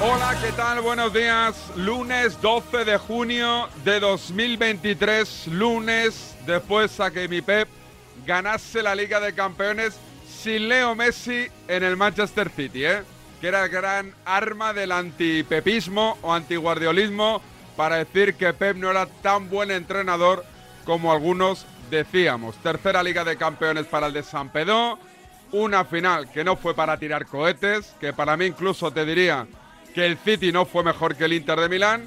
Hola, ¿qué tal? Buenos días. Lunes 12 de junio de 2023. Lunes después a que mi Pep ganase la Liga de Campeones sin Leo Messi en el Manchester City, ¿eh? Que era el gran arma del antipepismo o antiguardiolismo para decir que Pep no era tan buen entrenador como algunos decíamos. Tercera Liga de Campeones para el de San Pedro. Una final que no fue para tirar cohetes, que para mí incluso te diría que el City no fue mejor que el Inter de Milán,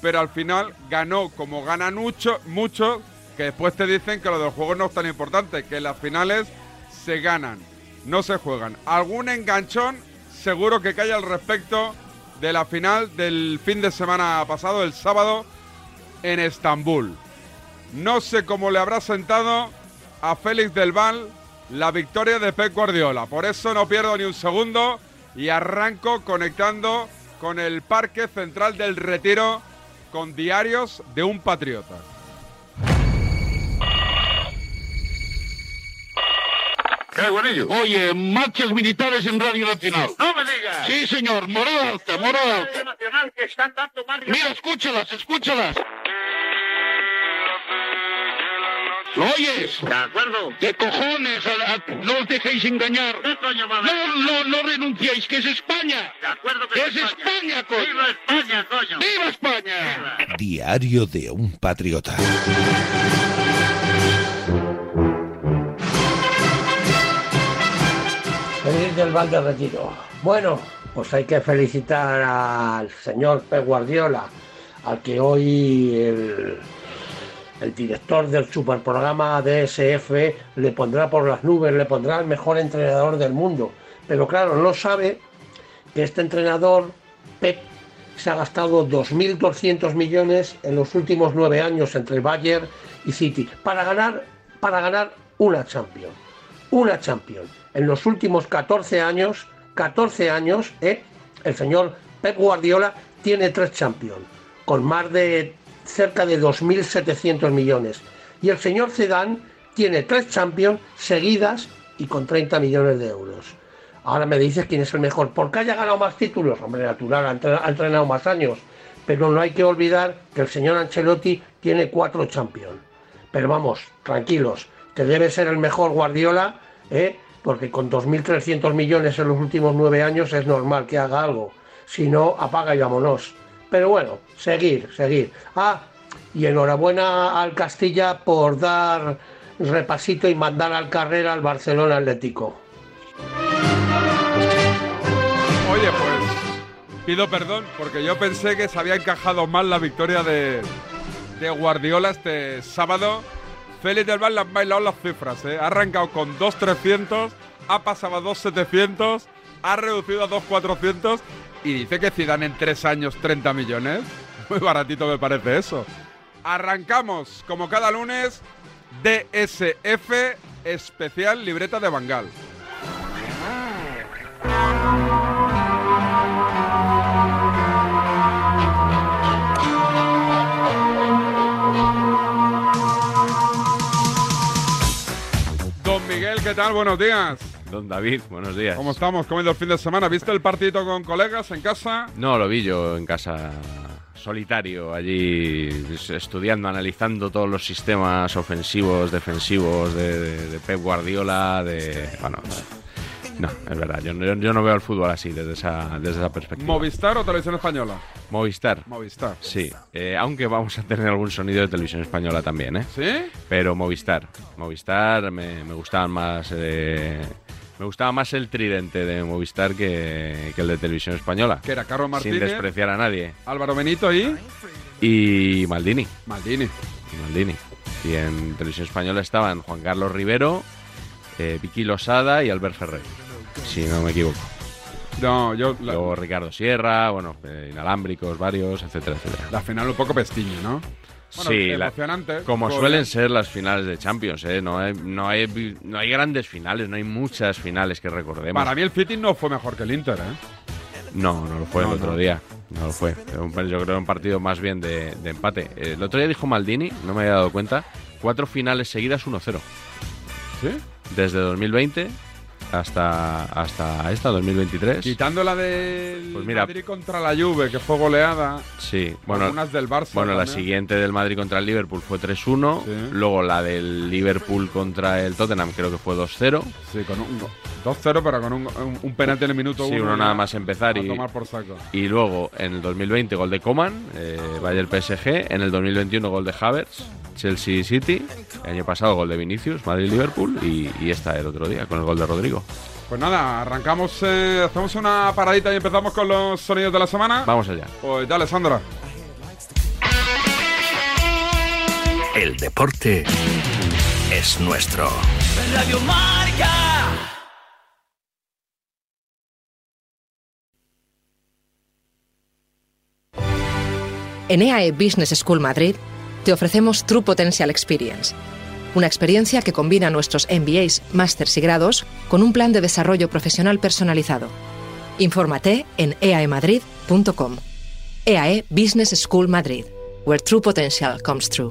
pero al final ganó como ganan mucho, mucho, que después te dicen que lo del juego no es tan importante, que las finales se ganan, no se juegan. Algún enganchón seguro que cae al respecto de la final del fin de semana pasado, el sábado, en Estambul. No sé cómo le habrá sentado a Félix del Val la victoria de Pep Guardiola. Por eso no pierdo ni un segundo y arranco conectando con el Parque Central del Retiro con diarios de un patriota. ¿Qué, buenillo? Oye, marchas militares en Radio Nacional. ¡No me digas! Sí, señor, morada alta, morada alta. Radio Nacional que están dando más... Mira, escúchalas, escúchalas. ¿Lo oyes? De acuerdo. ¡De cojones! a- a- no os dejéis engañar. ¿Qué coño va a haber? No, no, no renunciéis, que es España. De acuerdo que ¡Es España, coño! ¡Viva España, coño! ¡Viva España! Diario de un patriota. Feliz del Val de Retiro. Bueno, pues hay que felicitar al señor Pep Guardiola, al que hoy el, el director del superprograma DSF le pondrá por las nubes, le pondrá el mejor entrenador del mundo. Pero claro, no sabe que este entrenador, Pep, se ha gastado 2.200 millones en los últimos nueve años entre Bayern y City para ganar, para ganar una Champions. Una Champions. En los últimos 14 años, 14 años, ¿eh? el señor Pep Guardiola tiene tres Champions, con más de cerca de 2.700 millones. Y el señor Zidane tiene tres Champions seguidas y con 30 millones de euros. Ahora me dices quién es el mejor. Porque haya ganado más títulos, hombre, natural, ha entre- ha entrenado más años. Pero no hay que olvidar que el señor Ancelotti tiene cuatro champions. Pero vamos, tranquilos, que debe ser el mejor Guardiola, ¿eh? porque con 2.300 millones en los últimos nueve años es normal que haga algo. Si no, apaga y vámonos. Pero bueno, seguir, seguir. Ah, y enhorabuena al Castilla por dar repasito y mandar al carrera al Barcelona Atlético. Oye, pues pido perdón porque yo pensé que se había encajado mal la victoria de, de Guardiola este sábado. Félix del Val le han bailado las cifras, ¿eh? Ha arrancado con 2.300, ha pasado a 2.700, ha reducido a 2.400 y dice que Zidane en tres años 30 millones. Muy baratito me parece eso. Arrancamos, como cada lunes, DSF especial libreta de Bangal. Don Miguel, ¿qué tal? Buenos días. Don David, buenos días. ¿Cómo estamos? ¿Cómo ha ido el fin de semana? ¿Viste el partidito con colegas en casa? No, lo vi yo en casa solitario, allí es- estudiando, analizando todos los sistemas ofensivos, defensivos de, de- de Pep Guardiola, de... Bueno, no, es verdad, yo, yo- yo no veo el fútbol así desde esa, desde esa perspectiva. ¿Movistar o Televisión Española? Movistar. Movistar. Sí, eh, aunque vamos a tener algún sonido de televisión española también, ¿eh? ¿Sí? Pero Movistar. Movistar me, me gustaban más. eh, me gustaba más el tridente de Movistar que, que el de televisión española. Que era Carlos Sin Martínez, despreciar a nadie. Álvaro Benito y Y Maldini. Maldini. y Maldini. Y en televisión española estaban Juan Carlos Rivero, eh, Vicky Losada y Albert Ferrer. Si no me equivoco. No, yo. La, Luego Ricardo Sierra, bueno, eh, inalámbricos varios, etcétera, etcétera. la final un poco pestiño, ¿no? Bueno, sí, la- emocionante. pues, eh. como Joder. suelen ser las finales de Champions, ¿eh? No hay, no, hay, vi- no hay grandes finales, no hay muchas finales que recordemos. Para mí el fitting no fue mejor que el Inter, ¿eh? No, no lo fue No, el otro no. día. No lo fue. Pero un- yo creo un partido más bien de, de empate. Eh, El otro día dijo Maldini, no me había dado cuenta, cuatro finales seguidas 1-0. ¿Sí? Desde 2020 hasta, hasta esta, 2023. Quitando la del Pues mira. Madrid contra la Juve, que fue goleada. Sí, bueno, algunas del Barça. bueno la también. siguiente del Madrid contra el Liverpool fue 3-1. Sí. Luego la del Liverpool contra el Tottenham creo que fue 2-0. Sí, con un go- 2-0, pero con un, un- un penalti en el minuto Sí, uno, uno ya nada más empezar a y- tomar por saco. Y luego en el 2020 gol de Coman, eh, Bayern PSG. En el 2021 gol de Havertz, Chelsea City. El año pasado gol de Vinicius, Madrid Liverpool. Y, y esta el otro día con el gol de Rodrigo. Pues nada, arrancamos, eh, hacemos una paradita y empezamos con los sonidos de la semana. Vamos allá. Pues dale, Sandra. El deporte es nuestro. En EAE Business School Madrid te ofrecemos True Potential Experience, una experiencia que combina nuestros MBAs, másters y grados con un plan de desarrollo profesional personalizado. Infórmate en eaemadrid.com. EAE E Business School Madrid, where true potential comes true.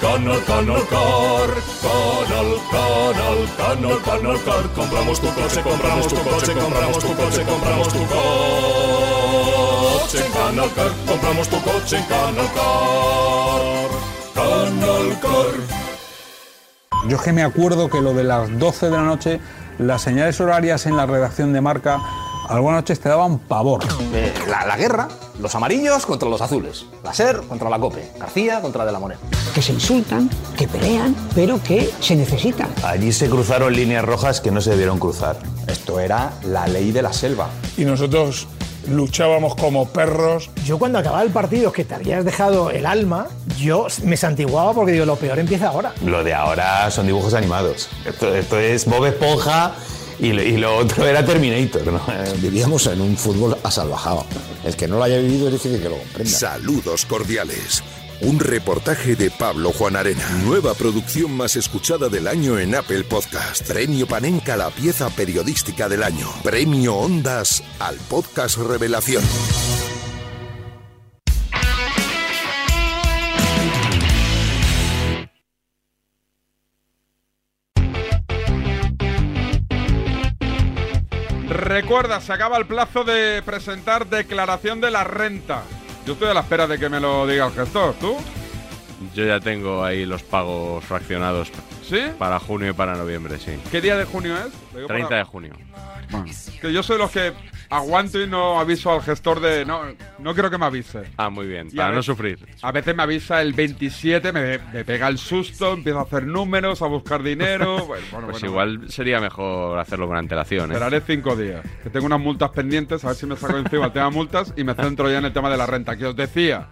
Conol, Conol Cor. Conol, Conol, Conol, Conol Cor. Compramos tu coche, compramos tu coche, compramos tu coche, compramos tu coche. En Canal Cor, compramos tu coche en Canal Cor. Canal Cor. Yo es que me acuerdo que lo de las 12 de la noche, las señales horarias en la redacción de marca, algunas noches te daban pavor. Eh, la, la guerra, los amarillos contra los azules, la SER contra la COPE, García contra De la Moneda. que se insultan, que pelean, pero que se necesitan. Allí se cruzaron líneas rojas que no se debieron cruzar. Esto era la ley de la selva. y nosotros luchábamos como perros. Yo cuando acababa el partido que te habías dejado el alma, yo me santiguaba porque digo, lo peor empieza ahora. Lo de ahora son dibujos animados. Esto, esto es Bob Esponja y lo, y lo otro era Terminator. ¿no? Eh, Vivíamos en un fútbol asalvajado. El que no lo haya vivido es difícil que lo comprenda. Saludos cordiales. Un reportaje de Pablo Juan Arena. Nueva producción más escuchada del año en Apple Podcast. Premio Panenca a la pieza periodística del año. Premio Ondas al podcast Revelación. Recuerda, se acaba el plazo de presentar declaración de la renta. Yo estoy a la espera de que me lo diga el gestor, ¿tú? Yo ya tengo ahí los pagos fraccionados ¿Sí? para junio y para noviembre, sí. ¿Qué día de junio es? Digo, 30 para- de junio. Que yo soy los que aguanto y no aviso al gestor de... No, no quiero que me avise. Ah, muy bien. Y Para a no ver- sufrir. A veces me avisa el 27, me, me pega el susto, empiezo a hacer números, a buscar dinero. Bueno, bueno, Pues bueno, igual sería mejor hacerlo con antelación, ¿eh? Esperaré cinco días. Que tengo unas multas pendientes, a ver si me saco encima el tema multas y me centro ya en el tema de la renta. Que os decía,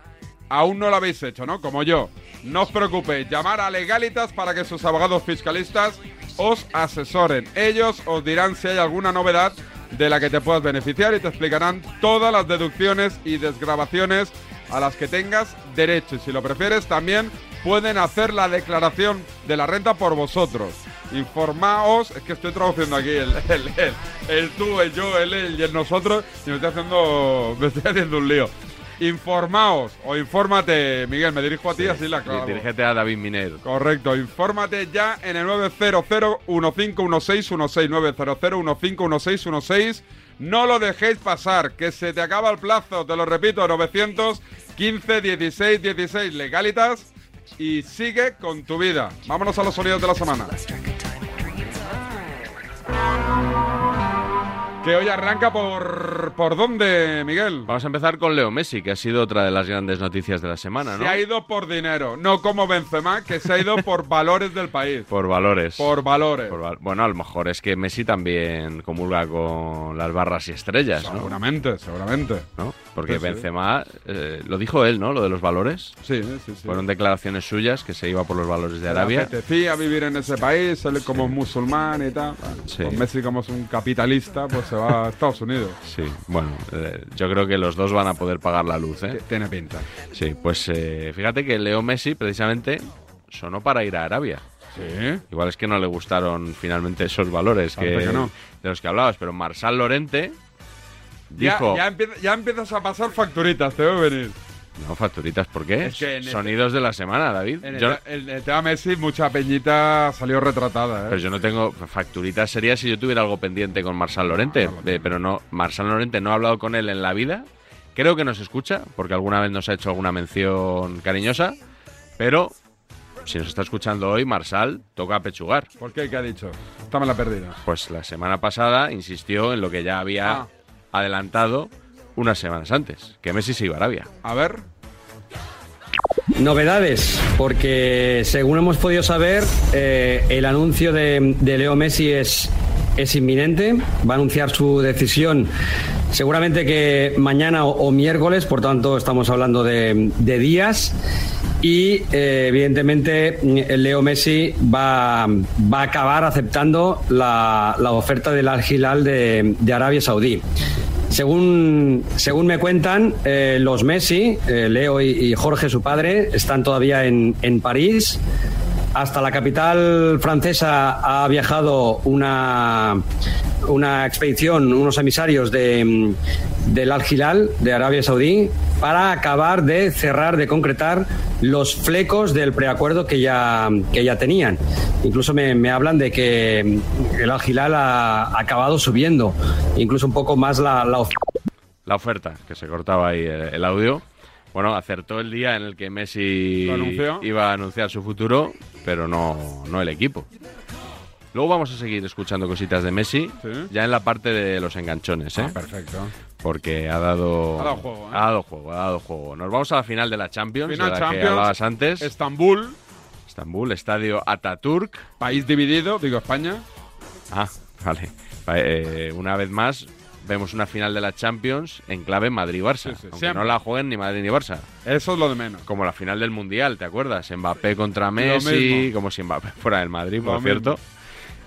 aún no lo habéis hecho, ¿no? Como yo. No os preocupéis, llamar a Legalitas para que sus abogados fiscalistas os asesoren. Ellos os dirán si hay alguna novedad de la que te puedas beneficiar y te explicarán todas las deducciones y desgrabaciones a las que tengas derecho. Y si lo prefieres, también pueden hacer la declaración de la renta por vosotros. Informaos, es que estoy traduciendo aquí el, el, el, el tú, el yo, el él y el nosotros, y me estoy haciendo, me estoy haciendo un lío. Informaos o infórmate, Miguel, me dirijo a ti, así la claro. Dirígete a David Miner. Correcto, infórmate ya en el 900-151616, 900-151616. No lo dejéis pasar, que se te acaba el plazo, te lo repito, 915-1616, legalitas, y sigue con tu vida. Vámonos a los sonidos de la semana. que hoy arranca por, por dónde, Miguel. Vamos a empezar con Leo Messi, que ha sido otra de las grandes noticias de la semana, ¿no? Se ha ido por dinero, no como Benzema, que se ha ido por valores del país. Por valores. Por valores. Por val- bueno, a lo mejor es que Messi también comulga con las barras y estrellas, ¿no? Seguramente, seguramente. ¿No? Porque Sí, sí. Benzema, eh, lo dijo él, ¿no? Lo de los valores. Sí, sí, sí. Fueron declaraciones suyas que se iba por los valores de Le Arabia. apetecía vivir en ese país, él como es musulmán y tal. Bueno, Sí. pues Messi como es un capitalista, pues se va a Estados Unidos. Sí, bueno, eh, yo creo que los dos van a poder pagar la luz, ¿eh? Tiene pinta. Sí, pues eh, fíjate que Leo Messi precisamente sonó para ir a Arabia. Sí. Igual es que no le gustaron finalmente esos valores que, Parece que no. de los que hablabas, pero Marsal Lorente Ya, dijo... ya empieza- ya empiezas a pasar facturitas, te veo venir. No, facturitas, ¿por qué? Es que en el- Sonidos de la semana, David. En el, Yo- el- el tema Messi, mucha peñita salió retratada. ¿eh? Pero yo no tengo facturitas sería si yo tuviera algo pendiente con Marsal Lorente, eh, pero no Marsal Lorente no ha hablado con él en la vida. Creo que nos escucha porque alguna vez nos ha hecho alguna mención cariñosa, pero si nos está escuchando hoy Marsal toca pechugar. ¿Por qué? ¿Qué ha dicho? Está la perdida. Pues la semana pasada insistió en lo que ya había Ah. adelantado unas semanas antes, que Messi se iba a Arabia. A ver. Novedades, porque según hemos podido saber, eh, el anuncio de, de Leo Messi es, es inminente. Va a anunciar su decisión seguramente que mañana o, o miércoles, por tanto estamos hablando de, de días. Y eh, evidentemente mm, Leo Messi va, va a acabar aceptando la, la oferta del Al Hilal de- de Arabia Saudí. Según, según me cuentan, eh, los Messi, eh, Leo y, y Jorge, su padre, están todavía en, en París. Hasta la capital francesa ha viajado una, una expedición, unos emisarios de, mm, del Al Hilal de Arabia Saudí, para acabar de cerrar, de concretar los flecos del preacuerdo que ya, que ya tenían. Incluso me, me hablan de que mm, el Al Hilal ha acabado subiendo, incluso un poco más la, la oferta. la oferta, que se cortaba ahí eh, el audio. Bueno, acertó el día en el que Messi Lo anunció. iba a anunciar su futuro, pero no, no el equipo. Luego vamos a seguir escuchando cositas de Messi, ya en la parte de los enganchones, ¿eh? Ah, Perfecto. Porque ha dado, Ha dado juego, ¿eh? ha dado juego, ha dado juego. Nos vamos a la final de la Champions, Final de la que Champions, hablabas antes. Estambul. Estambul, estadio Ataturk. País dividido, digo España. Ah, vale. Pa- eh, una vez más, vemos una final de la Champions en clave Madrid-Barça. aunque siempre. no la jueguen ni Madrid ni Barça. Eso es lo de menos. Como la final del Mundial, ¿te acuerdas? Mbappé contra Messi, mismo. como si Mbappé fuera del Madrid, por Lo cierto.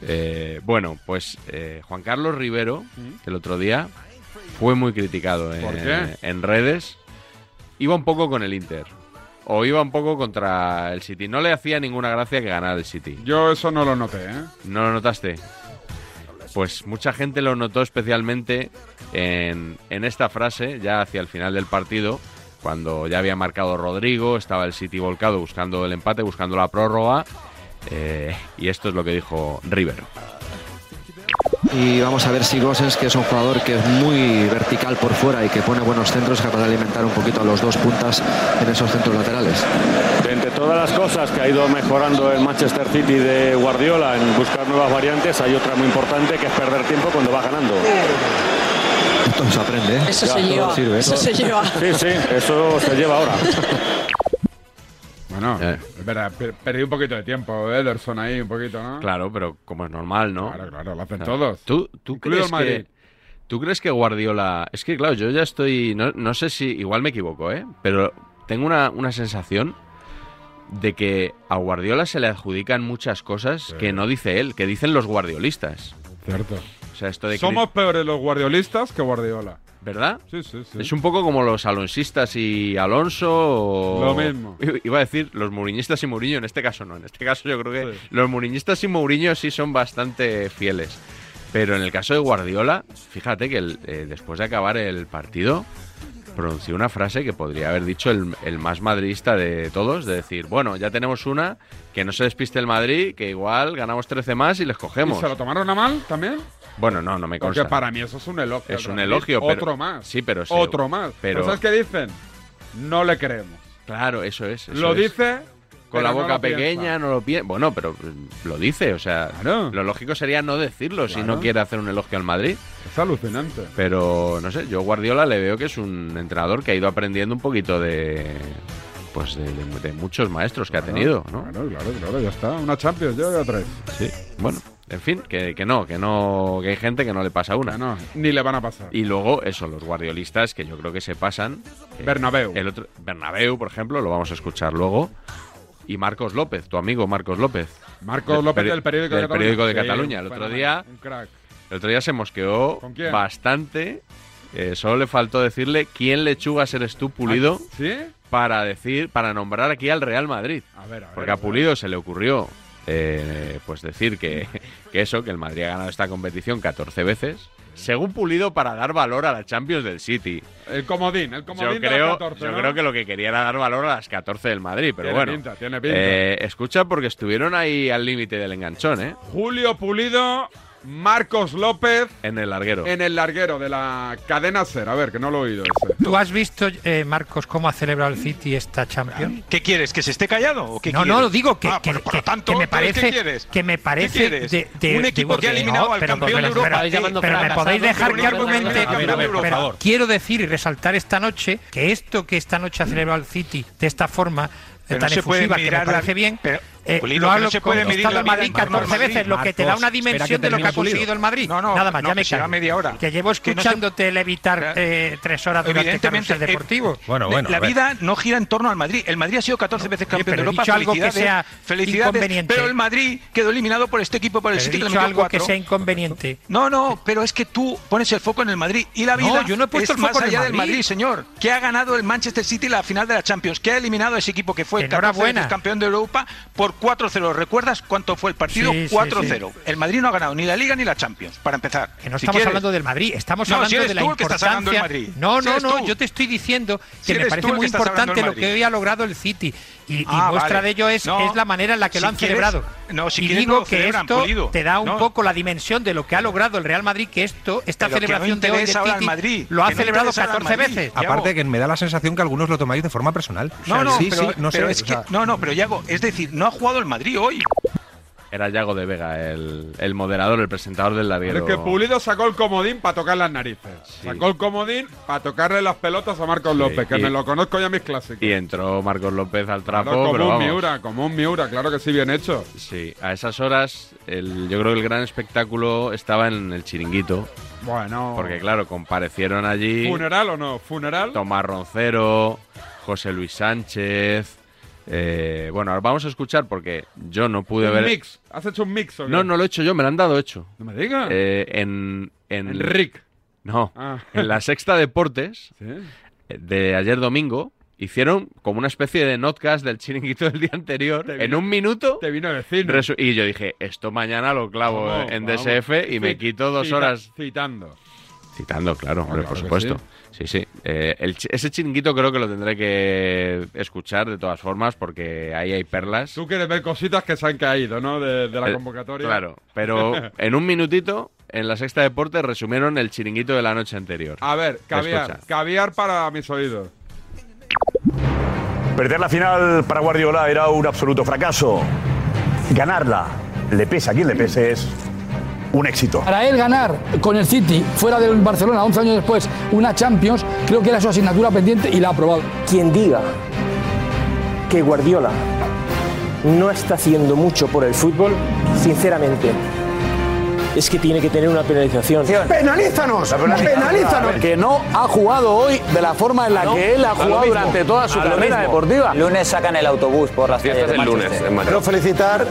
Eh, bueno, pues eh, Juan Carlos Rivero, Mm. el otro día, fue muy criticado ¿eh? en, ¿Por qué? en redes. Iba un poco con el Inter. O iba un poco contra el City. No le hacía ninguna gracia que ganara el City. Yo eso no lo noté, ¿eh? ¿No lo notaste? Pues mucha gente lo notó especialmente en, en esta frase, ya hacia el final del partido, cuando ya había marcado Rodrigo, estaba el City volcado buscando el empate, buscando la prórroga, eh, y esto es lo que dijo Rivero. Y vamos a ver si Gosens, que es un jugador que es muy vertical por fuera y que pone buenos centros, capaz de alimentar un poquito a los dos puntas en esos centros laterales. Entre todas las cosas que ha ido mejorando el Manchester City de Guardiola en buscar nuevas variantes, hay otra muy importante que es perder tiempo cuando vas ganando. Esto se aprende, ¿eh? Eso se Todo lleva, sirve, ¿eh? eso se lleva. Sí, sí, eso se lleva ahora. Bueno, Eh, es verdad, per- perdí un poquito de tiempo, Ederson ahí, un poquito, ¿no? Claro, pero como es normal, ¿no? Claro, claro, lo hacen Claro. todos. ¿Tú, tú Incluido crees el Madrid. que, ¿Tú crees que Guardiola.? Es que, claro, yo ya estoy. No, no sé si. Igual me equivoco, ¿eh? Pero tengo una, una sensación de que a Guardiola se le adjudican muchas cosas que no dice él, que dicen los guardiolistas. Cierto. O sea, esto de. que- Somos peores los guardiolistas que Guardiola. ¿Verdad? Sí, sí, sí. Es un poco como los alonsistas y Alonso. o- Lo mismo. I- Iba a decir los muriñistas y Mourinho, en este caso no. En este caso yo creo que los muriñistas y Mourinho sí son bastante fieles. Pero en el caso de Guardiola, fíjate que el- eh, después de acabar el partido pronunció una frase que podría haber dicho el, el más madridista de todos, de decir, bueno, ya tenemos una, que no se despiste el Madrid, que igual ganamos 13 más y les ¿Y cogemos. se lo tomaron a mal también? Bueno, no, no me Porque consta. para mí eso es un elogio. Es al un Real elogio, Madrid. pero- Otro más. sí, pero se- Otro más. pero- Pero, ¿sabes qué dicen? No le creemos. Claro, eso es. eso lo es. dice con la Pero no boca lo piensa. pequeña, no lo piensa. Bueno, pero mm, lo dice, o sea, lo lógico sería no decirlo si Claro. no quiere hacer un elogio al Madrid. Es alucinante. Pero no sé, yo Guardiola le veo que es un entrenador que ha ido aprendiendo un poquito de pues de, de- de muchos maestros que ha tenido, ¿no? Claro, claro, claro, ya está. Una Champions, yo ya tres. Sí. Bueno, en fin, que, que no, que no, que hay gente que no le pasa una. Ni le van a pasar. Y luego, eso, los guardiolistas que yo creo que se pasan. Eh, Bernabéu. El otro, Bernabéu, por ejemplo, lo vamos a escuchar luego. Y Marcos López, tu amigo Marcos López. Marcos Del López peri- del periódico de del Cataluña. periódico de Sí, Cataluña. El un otro fenómeno, día Un crack. el otro día se mosqueó ¿Con quién? bastante. Eh, solo le faltó decirle quién lechugas eres tú, Pulido, Ah, ¿Sí? para decir, para nombrar aquí al Real Madrid. A ver, a ver. Porque a Pulido se le ocurrió eh, pues decir que, que eso, que el Madrid ha ganado esta competición 14 veces. Según Pulido, para dar valor a la Champions del City. El comodín, Eh, el comodín Yo de la creo, 14, yo ¿no? creo que lo que quería era dar valor a las 14 del Madrid, pero Tiene bueno. pinta, tiene pinta. Eh, escucha porque estuvieron ahí al límite del enganchón, ¿eh? Julio Pulido, Marcos López En el larguero. en el larguero de la cadena SER. A ver, que no lo he oído ese. ¿Tú has visto, eh, Marcos, cómo ha celebrado el City esta Champions? ¿Qué quieres? ¿Que se esté callado? ¿O qué no, quieres? no, digo que, Ah, que- por, por que- lo tanto, que me ¿entonces parece ¿qué quieres? que me ¿Qué parece quieres? de, de- un equipo digo que ha no, eliminado al pero- campeón de pero- Europa. pero- pero, me podéis dejar que argumente A ver, a ver, por pero favor. quiero decir y resaltar esta noche que esto que esta noche ha celebrado el City de esta forma eh, Pero tan no se puede efusiva que me mirar la- parece bien pero, eh, Pulido, lo que hablo no se con puede medir Estado la del vida Madrid en torno al 14 veces Madrid, lo que te da Marcos. una Espera que dimensión de lo que ha termine Pulido. conseguido el Madrid No, no, nada más no, ya me que se va callo. media hora. que Que llevo no se- escuchándote levitar eh, tres horas durante Evidentemente, carrusel eh, deportivo Bueno, bueno, la vida no gira en torno al Madrid. El Madrid ha sido 14 veces campeón pero he de Europa. dicho algo que felicidades, sea felicidades, inconveniente. Pero el Madrid quedó eliminado por este equipo, por el Pero he City que le dicho metió algo que cuatro. sea inconveniente No, no, pero es que tú pones el foco en el Madrid y la No, vida yo no he puesto es el foco más en el allá del Madrid. Madrid, señor. Que ha ganado el Manchester City la final de la Champions, que ha eliminado a ese equipo que fue 14 Enhorabuena. veces campeón de Europa por 4-0. ¿Recuerdas cuánto fue el partido? Sí, sí, 4-0. sí. El Madrid no ha ganado ni la Liga ni la Champions, para empezar. Que no Si estamos quieres. hablando del Madrid, No, estamos si hablando eres de la tú el que estás importancia. hablando del Madrid. No, Si no, eres no, tú. yo te estoy diciendo Si que me eres parece tú el muy que estás hablando importante del lo que Madrid. hoy ha logrado el City y, y Ah, muestra vale. de ello es, No, es la manera en la que si lo han quieres- celebrado. no, si y quieres digo lo que celebran, esto Pulido. te da un No. poco la dimensión de lo que ha logrado el Real Madrid, que esto, esta Pero que no celebración de hoy de interesa ahora al City Madrid, lo ha que no celebrado interesa ahora al 14 Madrid. veces. Aparte que me da la sensación que algunos lo tomáis de forma personal. No, no, pero, pero sé, es o que, sea- no, no, pero Yago, es decir, no ha jugado el Madrid hoy. Era Yago de Vega, el, el moderador, el presentador del Pero larguero. es que Pulido sacó el comodín para tocar las narices. Sacó el comodín para tocarle las pelotas a Marcos López, que y- me lo conozco ya en mis clásicos. Y entró Marcos López al trapo, Claro, como pero un vamos. Miura, como un Miura, claro que sí, bien hecho. Sí, a esas horas el- yo creo que el gran espectáculo estaba en el chiringuito. Bueno. Porque claro, comparecieron allí Oh. ¿Funeral o no? ¿Funeral? Tomás Roncero, José Luis Sánchez. eh, bueno, ahora vamos a escuchar porque yo no pude un ver... mix. ¿Has hecho un mix o qué? No, no lo he hecho yo, me lo han dado hecho. No me digas. Eh, en, en. En Rick. No. Ah. En la sexta deportes ¿Sí? eh, de ayer domingo. Hicieron como una especie de notcast del chiringuito del día anterior. Te En vino- un minuto. Te vino a decir. resu- Y yo dije, esto mañana lo clavo Vamos, en vamos. DSF y me Cit- quito dos cita- horas. Citando. Citando, claro, hombre, por claro que supuesto. Sí, sí. Eh, el chi- ese chiringuito creo que lo tendré que escuchar de todas formas porque ahí hay perlas. Tú quieres ver cositas que se han caído, ¿no? De, de la Eh, convocatoria. Claro, pero en un minutito, en la sexta deporte, resumieron el chiringuito de la noche anterior. A ver, caviar. Escucha. Caviar para mis oídos. Perder la final para Guardiola era un absoluto fracaso. Ganarla, le pese a quien le pese, es un éxito. Para él ganar con el City fuera del Barcelona 11 años después una Champions, creo que era su asignatura pendiente y la ha aprobado. Quien diga que Guardiola no está haciendo mucho por el fútbol, sinceramente, es que tiene que tener una penalización. ¡Penalízanos! ¡Penalízanos! Que no ha jugado hoy de la forma en la que él ha jugado durante toda su carrera deportiva. Lunes sacan el autobús por las Fiestas calles de del lunes Manchester. en Madrid. Quiero felicitar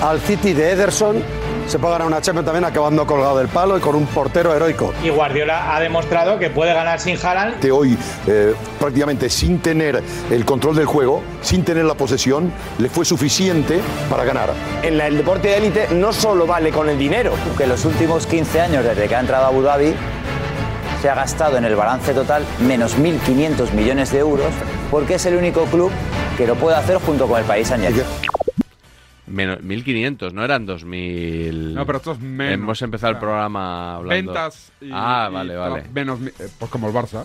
al City de Ederson. Se puede ganar una Champions también acabando colgado del palo y con un portero heroico. Y Guardiola ha demostrado que puede ganar sin Haaland. que hoy eh, prácticamente sin tener el control del juego, sin tener la posesión, le fue suficiente para ganar. En la- el deporte de élite no solo vale con el dinero. Que los últimos 15 años desde que ha entrado a Abu Dhabi se ha gastado en el balance total menos 1.500 millones de euros porque es el único club que lo puede hacer junto con el país añadido. Menos 1500, no eran 2000. No, pero esto es menos. Hemos empezado el programa hablando. Ventas y, ah, y vale, tra- vale. menos mi- eh, pues como el Barça.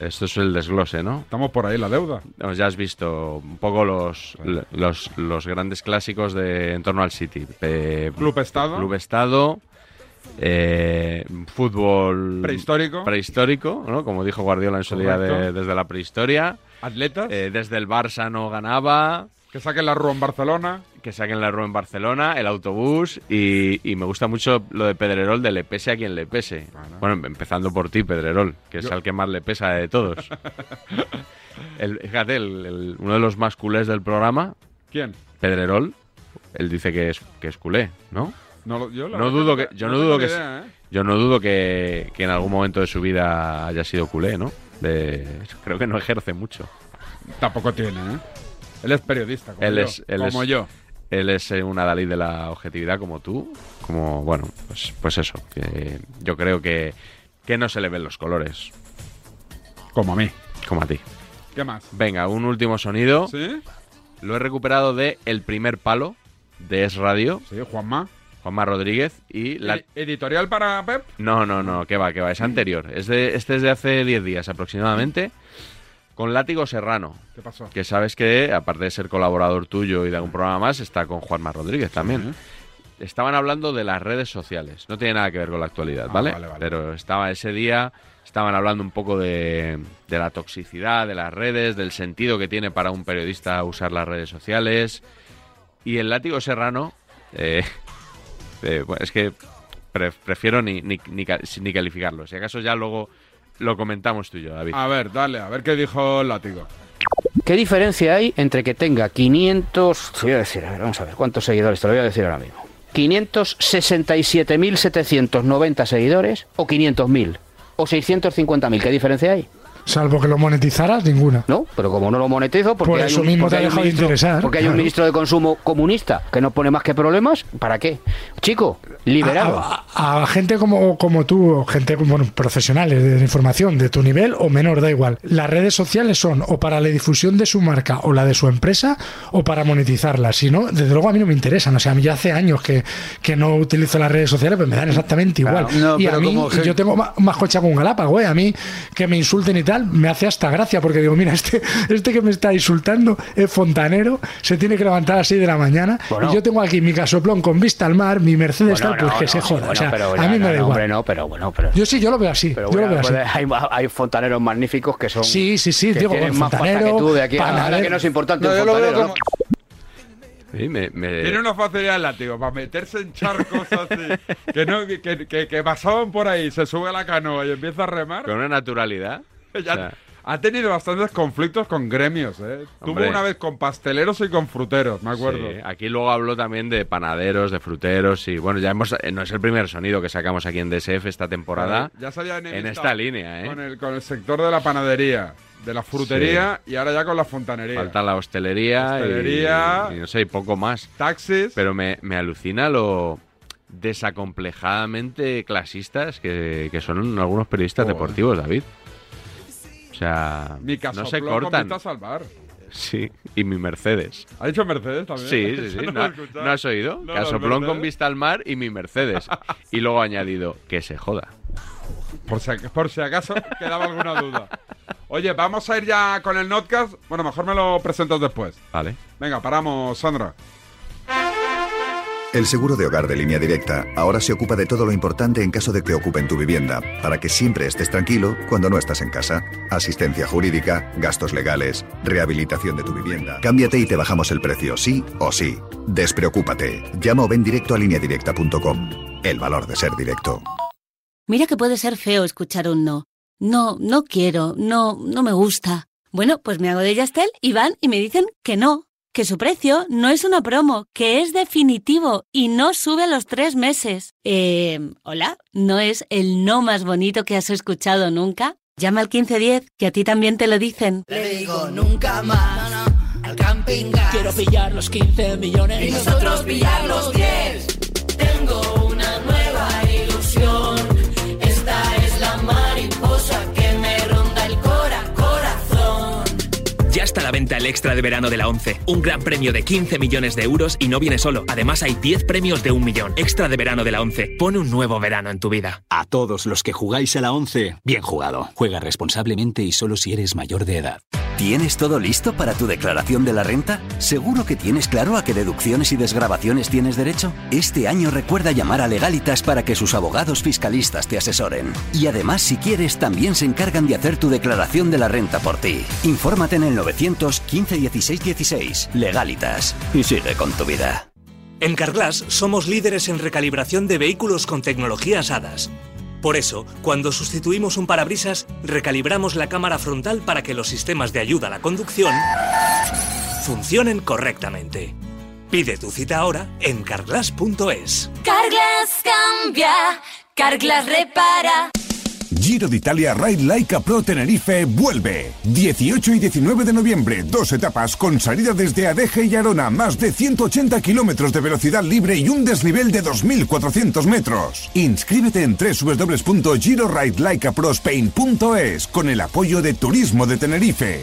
Esto es el desglose, ¿no? Estamos por ahí, la deuda. No, ya has visto un poco los, los, los grandes clásicos de en torno al City. Eh, Club Estado. Club Estado. eh, fútbol Prehistórico. prehistórico, ¿no? como dijo Guardiola en su día de- Correcto. desde la prehistoria. Atletas. Eh, desde el Barça no ganaba. Que saquen la RU en Barcelona. Que saquen la RU en Barcelona, el autobús. Y, y me gusta mucho lo de Pedrerol de le pese a quien le pese. Bueno, empezando por ti, Pedrerol, que es Yo- al que más le pesa de todos. El- fíjate, el- el- uno de los más culés del programa, ¿Quién? Pedrerol, él dice que es, que es culé, ¿no? No, lo- yo la No verdad dudo que, tengo- yo no no tengo dudo ni que, idea, ¿eh? yo no dudo que, que en algún momento de su vida haya sido culé, ¿no? De- creo que no ejerce mucho. Tampoco tiene, ¿eh? Él es periodista, como él yo. es, él como es- yo. Él es eh, una Dalí de la objetividad como tú. Como, bueno, pues, pues eso. que yo creo que, que no se le ven los colores. Como a mí. Como a ti. ¿Qué más? Venga, un último sonido. ¿Sí? Lo he recuperado de El primer palo de Es Radio. Sí, Juanma. Juanma Rodríguez y la... Edi- ¿Editorial para Pep? No, no, no, que va, que va, es anterior. Es de, este es de hace 10 días aproximadamente, con Látigo Serrano, ¿Qué pasó? que sabes que, aparte de ser colaborador tuyo y de algún programa más, está con Juanma Rodríguez también. Estaban hablando de las redes sociales, no tiene nada que ver con la actualidad, Ah, ¿vale? vale, vale. Pero estaba ese día, estaban hablando un poco de, de la toxicidad de las redes, del sentido que tiene para un periodista usar las redes sociales. Y el Látigo Serrano... eh, eh, bueno, es que pre- prefiero ni, ni, ni ca- ni calificarlo. Si acaso ya luego lo comentamos tú y yo, David. A ver, dale, a ver qué dijo el látigo. ¿Qué diferencia hay entre que tenga 500... Te voy a decir, a ver, vamos a ver, ¿cuántos seguidores? Te lo voy a decir ahora mismo. 567.790 seguidores o 500.000 o 650.000, ¿qué diferencia hay? Salvo que lo monetizaras, ninguna. No, pero como no lo monetizo, porque Por hay eso un, mismo porque te ha hay un dejado de ministro, interesar, porque hay un claro. ministro de consumo comunista que no pone más que problemas, ¿para qué? Chico, liberado. A, a- a gente como, como tú, o gente como bueno, profesionales de la información de tu nivel o menor, da igual. Las redes sociales son o para la difusión de su marca o la de su empresa o para monetizarla. Si no, desde luego a mí no me interesan. O sea, a mí ya hace años que, que no utilizo las redes sociales, pues me dan exactamente igual. Claro. No, y pero a mí, como gen- yo tengo ma- más cocha con Galápago, ¿eh? A mí que me insulten y tal, me hace hasta gracia porque digo, mira, este, este que me está insultando es fontanero, se tiene que levantar a las 6 de la mañana Bueno. y yo tengo aquí mi casoplón con vista al mar, mi Mercedes Bueno, tal, pues no, que no, se joda. bueno, o sea, pero a no, mí me no, da no, igual. hombre, no, pero bueno, pero... Yo sí, yo lo veo así. Pero yo bueno, lo veo así. pues hay, hay fontaneros magníficos que son. Sí, sí, sí, que digo, tienen bueno, más pasta que fontanero, tú de aquí. a- panadero. Ahora que no es importante. No, un yo lo veo fontanero, como- ¿no? Sí, me- me- Tiene una facilidad el látigo para meterse en charcos así que, no, que, que, que pasaban por ahí, se sube a la canoa y empieza a remar. Con una naturalidad. Ya- O sea, ha tenido bastantes conflictos con gremios, ¿eh? Hombre. Tuvo una vez con pasteleros y con fruteros, me acuerdo. sí. Aquí luego habló también de panaderos, de fruteros y bueno, ya hemos eh, no es el primer sonido que sacamos aquí en DSF esta temporada. Ya se había enemistado en esta línea, ¿eh? Con el, con el sector de la panadería, de la frutería y ahora ya con la fontanería. Falta la hostelería, y- Hostelería. y, no sé, y poco más. Taxis. Pero me, me alucina lo desacomplejadamente clasistas que, que son algunos Oh. periodistas deportivos, David. O sea, Mi caso, no se cortan. a salvar. Sí, y mi Mercedes. ¿Ha dicho Mercedes también? Sí, sí, Eso sí. no ¿No, lo he escuchado. no has oído? No, ¿eh? Casoplón Mercedes. con vista al mar y mi Mercedes. Y luego ha añadido, que se joda. Por si, ac- por si acaso quedaba alguna duda. Oye, vamos a ir ya con el notcast. Bueno, mejor me lo presentas después. Vale. Venga, paramos, Sandra. El seguro de hogar de línea directa ahora se ocupa de todo lo importante en caso de que ocupen tu vivienda, para que siempre estés tranquilo cuando no estás en casa. Asistencia jurídica, gastos legales, rehabilitación de tu vivienda. Cámbiate y te bajamos el precio, sí o sí. Despreocúpate. Llama o ven directo a lineadirecta.com. El valor de ser directo. Mira que puede ser feo escuchar un no. No, no quiero, no, no me gusta. Bueno, pues me hago de Yastel y van y me dicen que no, que su precio no es una promo, que es definitivo y no sube a los tres meses. Eh, hola, ¿no es el no más bonito que has escuchado nunca? Llama al 1510, que a ti también te lo dicen. Le digo nunca más al camping gas. Quiero pillar los 15 millones y nosotros pillar los 10. Tengo una nueva ilusión. Esta es la mariposa que me ronda el cora, corazón. Ya está a la venta el extra de verano de la 11. Un gran premio de 15 millones de euros y no viene solo. Además hay 10 premios de un millón. Extra de verano de la 11. Pone un nuevo verano en tu vida. A todos los que jugáis a la 11, bien jugado. Juega responsablemente y solo si eres mayor de edad. ¿Tienes todo listo para tu declaración de la renta? ¿Seguro que tienes claro a qué deducciones y desgrabaciones tienes derecho? Este año recuerda llamar a Legalitas para que sus abogados fiscalistas te asesoren. Y además, si quieres, también se encargan de hacer tu declaración de la renta por ti. Infórmate en el 900 15 16 16. Legalitas. Y sigue con tu vida. En Carglass somos líderes en recalibración de vehículos con tecnologías HADAS. Por eso, cuando sustituimos un parabrisas, recalibramos la cámara frontal para que los sistemas de ayuda a la conducción funcionen correctamente. Pide tu cita ahora en carglass.es. Carglass cambia, Carglass repara. Giro de Italia Ride Laika Pro Tenerife vuelve. 18 y 19 de noviembre, dos etapas con salida desde Adeje y Arona, más de 180 kilómetros de velocidad libre y un desnivel de 2.400 metros. Inscríbete en www.giroridelaikaprospain.es con el apoyo de Turismo de Tenerife.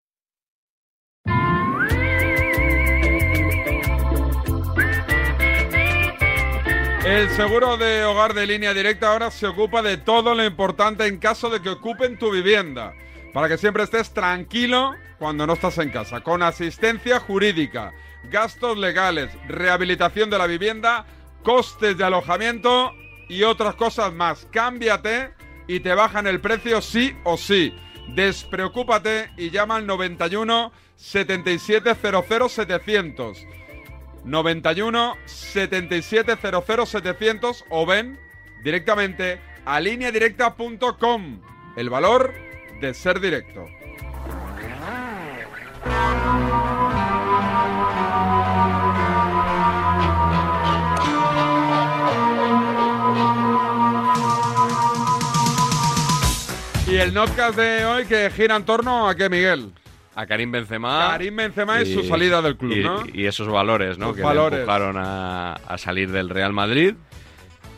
El seguro de hogar de línea directa ahora se ocupa de todo lo importante en caso de que ocupen tu vivienda, para que siempre estés tranquilo cuando no estás en casa, con asistencia jurídica, gastos legales, rehabilitación de la vivienda, costes de alojamiento y otras cosas más. Cámbiate y te bajan el precio sí o sí. Despreocúpate y llama al 91 7700 700. 91 7700 700 o ven directamente a lineadirecta.com. El valor de ser directo. Y el notcast de hoy que gira en torno a qué, Miguel? A Karim Benzema. Karim Benzema y su salida del club, y- ¿no? Y esos valores, ¿no? Los que valores. le empujaron a, a salir del Real Madrid.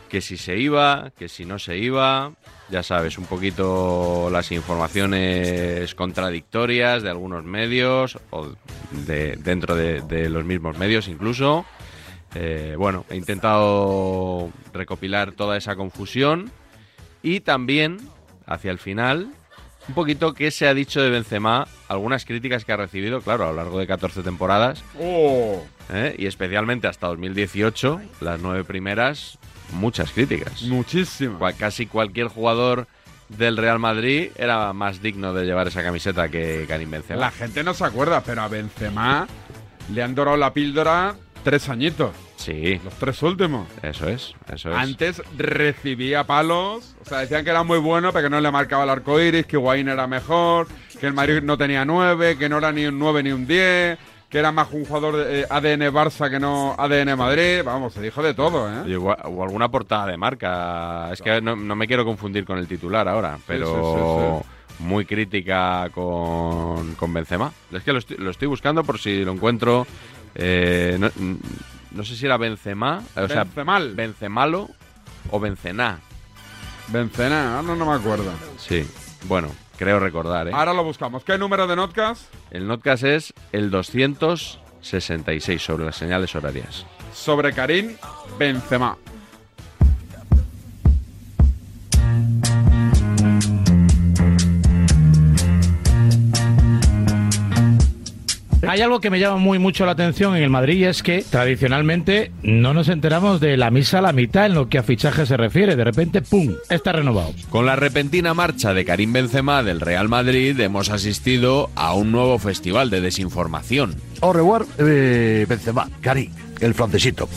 Que si se iba, que si no se iba. Ya sabes, un poquito las informaciones contradictorias de algunos medios, o de, dentro de, de los mismos medios incluso. Eh, bueno, he intentado recopilar toda esa confusión y también, hacia el final, un poquito qué se ha dicho de Benzema, algunas críticas que ha recibido, claro, a lo largo de 14 temporadas, Oh. ¿eh? y especialmente hasta 2018, las nueve primeras, muchas críticas. Muchísimas. casi cualquier jugador del Real Madrid era más digno de llevar esa camiseta que Karim Benzema. La gente no se acuerda, pero a Benzema le han dorado la píldora tres añitos. Sí. Los tres últimos. Eso es, eso es. Antes recibía palos, o sea, decían que era muy bueno, pero que no le marcaba el arco iris, que Guaín era mejor, que el Madrid no tenía nueve, que no era ni un nueve ni un 10, que era más un jugador de eh, ADN Barça que no ADN Madrid. Vamos, se dijo de todo, ¿eh? Oye, o o alguna portada de marca. Es que no, no me quiero confundir con el titular ahora, pero muy crítica con, con Benzema. Es que lo estoy, lo estoy buscando por si lo encuentro. Eh, no, no sé si era Benzema, eh, o sea, Benzemal. Benzemalo o Bencená. Benzema, no, no me acuerdo. Sí, bueno, creo recordar. ¿eh? Ahora lo buscamos. ¿Qué número de notcast? El notcast es el 266 sobre las señales horarias. Sobre Karim Benzema. Hay algo que me llama muy mucho la atención en el Madrid y es que tradicionalmente no nos enteramos de la misa a la mitad en lo que a fichaje se refiere. De repente, ¡pum!, está renovado. Con la repentina marcha de Karim Benzema del Real Madrid hemos asistido a un nuevo festival de desinformación. Au revoir, eh, Benzema, Karim, el francesito.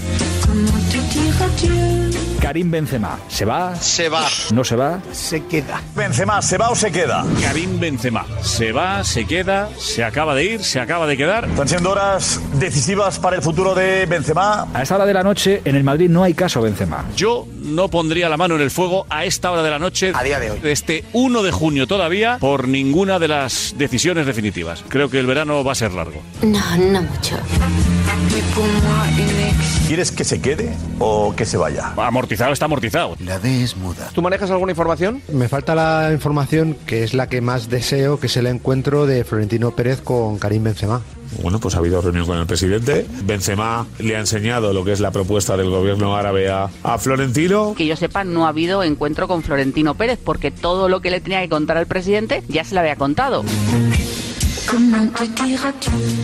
Karim Benzema, ¿se va? Se va. ¿No se va? Se queda. Benzema, ¿se va o se queda? Karim Benzema. Se va, se queda, se acaba de ir, se acaba de quedar. Están siendo horas decisivas para el futuro de Benzema. A esta hora de la noche en el Madrid no hay caso Benzema. Yo no pondría la mano en el fuego a esta hora de la noche. A día de hoy. Este 1 de junio todavía por ninguna de las decisiones definitivas. Creo que el verano va a ser largo. No, no mucho. ¿Quieres que se quede o que se vaya? Amortizado está amortizado. La D es muda. ¿Tú manejas alguna información? Me falta la información que es la que más deseo, que es el encuentro de Florentino Pérez con Karim Benzema. Bueno, pues ha habido reunión con el presidente. Benzema le ha enseñado lo que es la propuesta del gobierno árabe a, a Florentino. Que yo sepa, no ha habido encuentro con Florentino Pérez porque todo lo que le tenía que contar al presidente ya se lo había contado.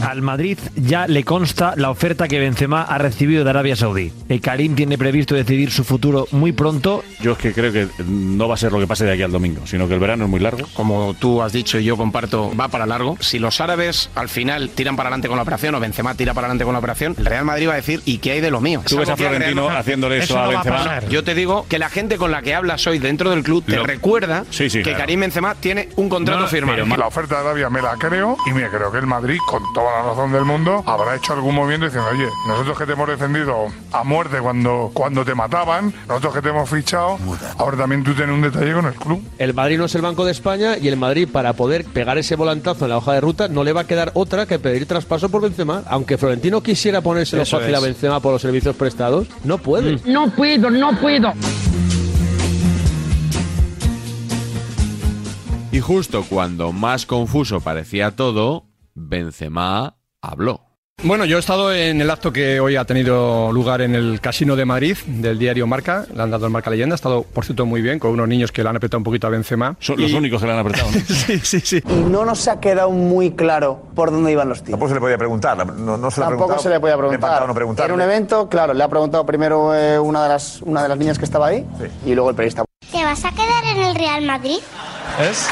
Al Madrid ya le consta la oferta que Benzema ha recibido de Arabia Saudí. El Karim tiene previsto decidir su futuro muy pronto. Yo es que creo que no va a ser lo que pase de aquí al domingo, sino que el verano es muy largo. Como tú has dicho y yo comparto, va para largo. Si los árabes al final tiran para adelante con la operación o Benzema tira para adelante con la operación, el Real Madrid va a decir ¿y qué hay de lo mío? Tú ves a Salvo que el Real Florentino Madrid- haciéndole eso, a Benzema. Yo te digo que la gente con la que hablas hoy dentro del club te Lo- recuerda Sí, sí, que claro. Karim Benzema tiene un contrato firmado. La oferta de Arabia me la creo y me creo que el Madrid, con toda la razón del mundo, habrá hecho algún movimiento diciendo, oye, nosotros que te hemos defendido a muerte cuando, cuando te mataban, nosotros que te hemos fichado, ahora también tú tienes un detalle con el club. El Madrid no es el Banco de España y el Madrid, para poder pegar ese volantazo en la hoja de ruta, no le va a quedar otra que pedir traspaso por Benzema. Aunque Florentino quisiera ponérselo Eso fácil es. a Benzema por los servicios prestados, no puede. No puedo, no puedo. Y justo cuando más confuso parecía todo, Benzema habló. Bueno, yo he estado en el acto que hoy ha tenido lugar en el Casino de Madrid del diario Marca, le han dado el Marca Leyenda, ha estado por cierto muy bien con unos niños que le han apretado un poquito a Benzema. Son los Y- únicos que le han apretado. ¿no? sí, sí, sí. Y no nos ha quedado muy claro por dónde iban los tiros. Tampoco se le podía preguntar. No, no se le ha Tampoco preguntado. se le podía Le preguntar. faltaba no preguntarle. Era un evento, claro, le ha preguntado primero eh, una, de las, una de las niñas que estaba ahí y luego el periodista. ¿Te vas a quedar en el Real Madrid? ¿Es?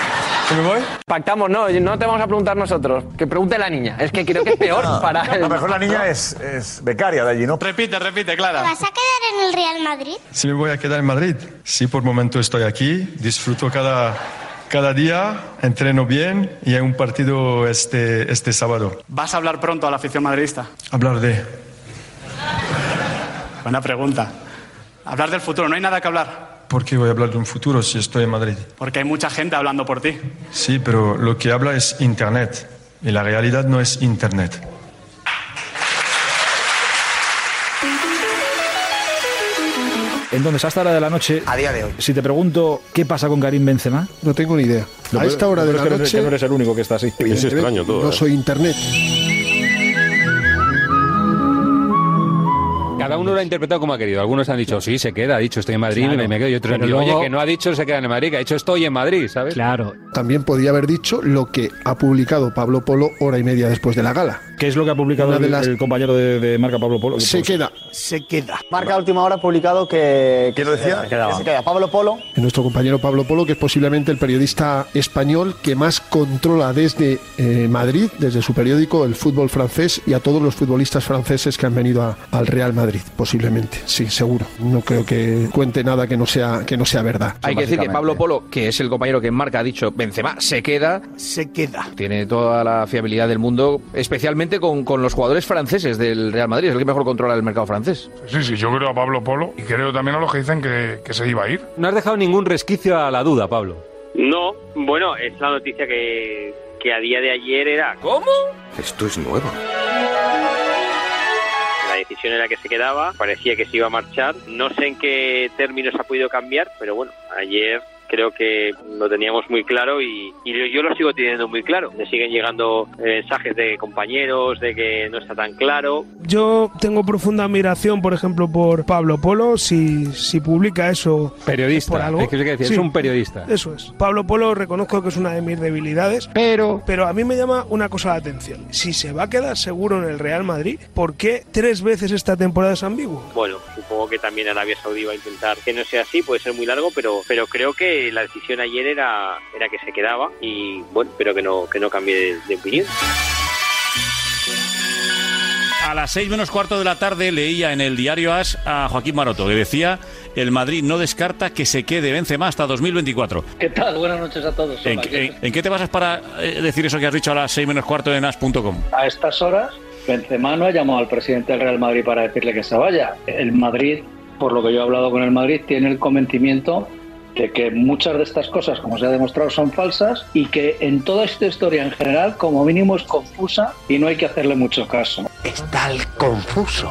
me voy? Pactamos, no, no te vamos a preguntar nosotros. Que pregunte la niña. Es que creo que es peor Ah, a lo mejor la niña es, es becaria de allí, ¿no? Repite, repite, ¿Te Clara. vas a quedar en el Real Madrid? Si me voy a quedar en Madrid. Sí, por momento estoy aquí, disfruto cada, cada día, entreno bien y hay un partido este, este sábado. ¿Vas a hablar pronto a la afición madridista? Hablar de... Buena pregunta. Hablar del futuro, no hay nada que hablar, ¿Por qué voy a hablar de un futuro si estoy en Madrid? porque hay mucha gente hablando por ti. Sí, pero lo que habla es Internet y la realidad no es Internet. Entonces, hasta la hora de la noche. A día de hoy. Si te pregunto qué pasa con Karim Benzema. No tengo ni idea. A esta hora de la noche- Que no eres ¿eh? el único que está así. Evidentemente, No soy internet. Cada uno lo ha interpretado como ha querido. Algunos han dicho, sí, se queda, ha dicho, estoy en Madrid, Claro. me, me quedo. Y otros han Pero dicho, luego- oye, que no ha dicho, se queda en Madrid, que ha dicho, estoy en Madrid, ¿sabes? Claro. También podría haber dicho lo que ha publicado Pablo Polo hora y media después de la gala. ¿Qué es lo que ha publicado Una de el, las- el compañero de, de marca Pablo Polo? Pues, Se queda. Se queda. Marca última hora ha publicado que... ¿Qué lo decía? Que se queda. Pablo Polo, En nuestro compañero Pablo Polo, que es posiblemente el periodista español que más controla desde eh, Madrid, desde su periódico, el fútbol francés y a todos los futbolistas franceses que han venido a- al Real Madrid, posiblemente, sí, seguro. No creo que cuente nada que no sea, que no sea verdad. Hay que decir que Pablo Polo, que es el compañero que en marca ha dicho Benzema, se queda. Se queda. Tiene toda la fiabilidad del mundo, especialmente con, con los jugadores franceses del Real Madrid. Es el que mejor controla el mercado francés. Sí, sí, yo creo a Pablo Polo y creo también a los que dicen que, que se iba a ir. No has dejado ningún resquicio a la duda, Pablo. No, bueno, es la noticia que, que a día de ayer era. ¿Cómo? Esto es nuevo. La decisión era que se quedaba, parecía que se iba a marchar. No sé en qué términos ha podido cambiar, pero bueno, ayer creo que lo teníamos muy claro y, y yo- yo lo sigo teniendo muy claro. Me siguen llegando eh, mensajes de compañeros, de que no está tan claro. Yo tengo profunda admiración, por ejemplo, por Pablo Polo. Si, si publica eso, Periodista. por algo. Es que eso quiere decir, Sí. es un periodista. Eso es. Pablo Polo reconozco que es una de mis debilidades, pero pero a mí me llama una cosa la atención. Si se va a quedar seguro en el Real Madrid, ¿por qué tres veces esta temporada es ambiguo? Bueno, supongo que también Arabia Saudí va a intentar que no sea así, puede ser muy largo, pero pero creo que la decisión ayer era era que se quedaba y bueno, pero que no que no cambie de- de opinión. A las seis menos cuarto de la tarde leía en el diario AS a Joaquín Maroto que decía el Madrid no descarta que se quede Benzema hasta 2024. ¿Qué tal? Buenas noches a todos. ¿En, Hola, qué- en- en qué te basas para eh, decir eso que has dicho a las seis menos cuarto en AS.com? A estas horas, Benzema no ha llamado al presidente del Real Madrid para decirle que se vaya. El Madrid por lo que yo he hablado con el Madrid, tiene el convencimiento de que muchas de estas cosas, como se ha demostrado, son falsas y que en toda esta historia en general, como mínimo, es confusa y no hay que hacerle mucho caso. Está el confuso.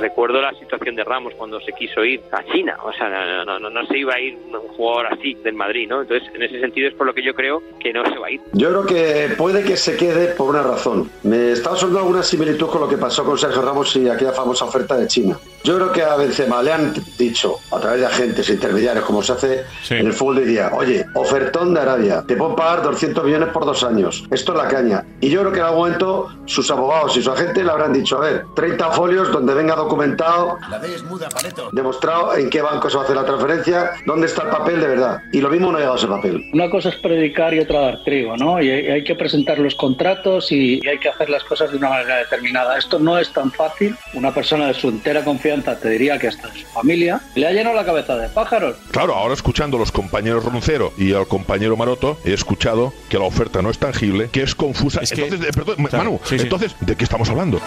Recuerdo la situación de Ramos cuando se quiso ir a China, o sea, no, no, no, no se iba a ir un jugador así del Madrid, ¿no? Entonces, en ese sentido es por lo que yo creo que no se va a ir. Yo creo que puede que se quede por una razón. Me está sonando alguna similitud con lo que pasó con Sergio Ramos y aquella famosa oferta de China. Yo creo que a Benzema le han dicho, a través de agentes intermediarios, como se hace en el fútbol de hoy día, oye, ofertón de Arabia, te puedo pagar 200 millones por dos años. Esto es la caña. Y yo creo que en algún momento sus abogados y su agente le habrán dicho, a ver, 30 folios donde venga documentado La D es muda, paleto. demostrado en qué banco se va a hacer la transferencia, dónde está el papel de verdad. Y lo mismo no ha llegado ese papel. Una cosa es predicar y otra dar trigo, ¿no? Y hay, hay que presentar los contratos y, y hay que hacer las cosas de una manera determinada. Esto no es tan fácil. Una persona de su entera confianza, te diría que hasta de su familia, le ha llenado la cabeza de pájaros. Claro, ahora escuchando a los compañeros Roncero y al compañero Maroto, he escuchado que la oferta no es tangible, que es confusa. entonces, eh, perdón, Manu, sí, sí. entonces, ¿de qué estamos hablando?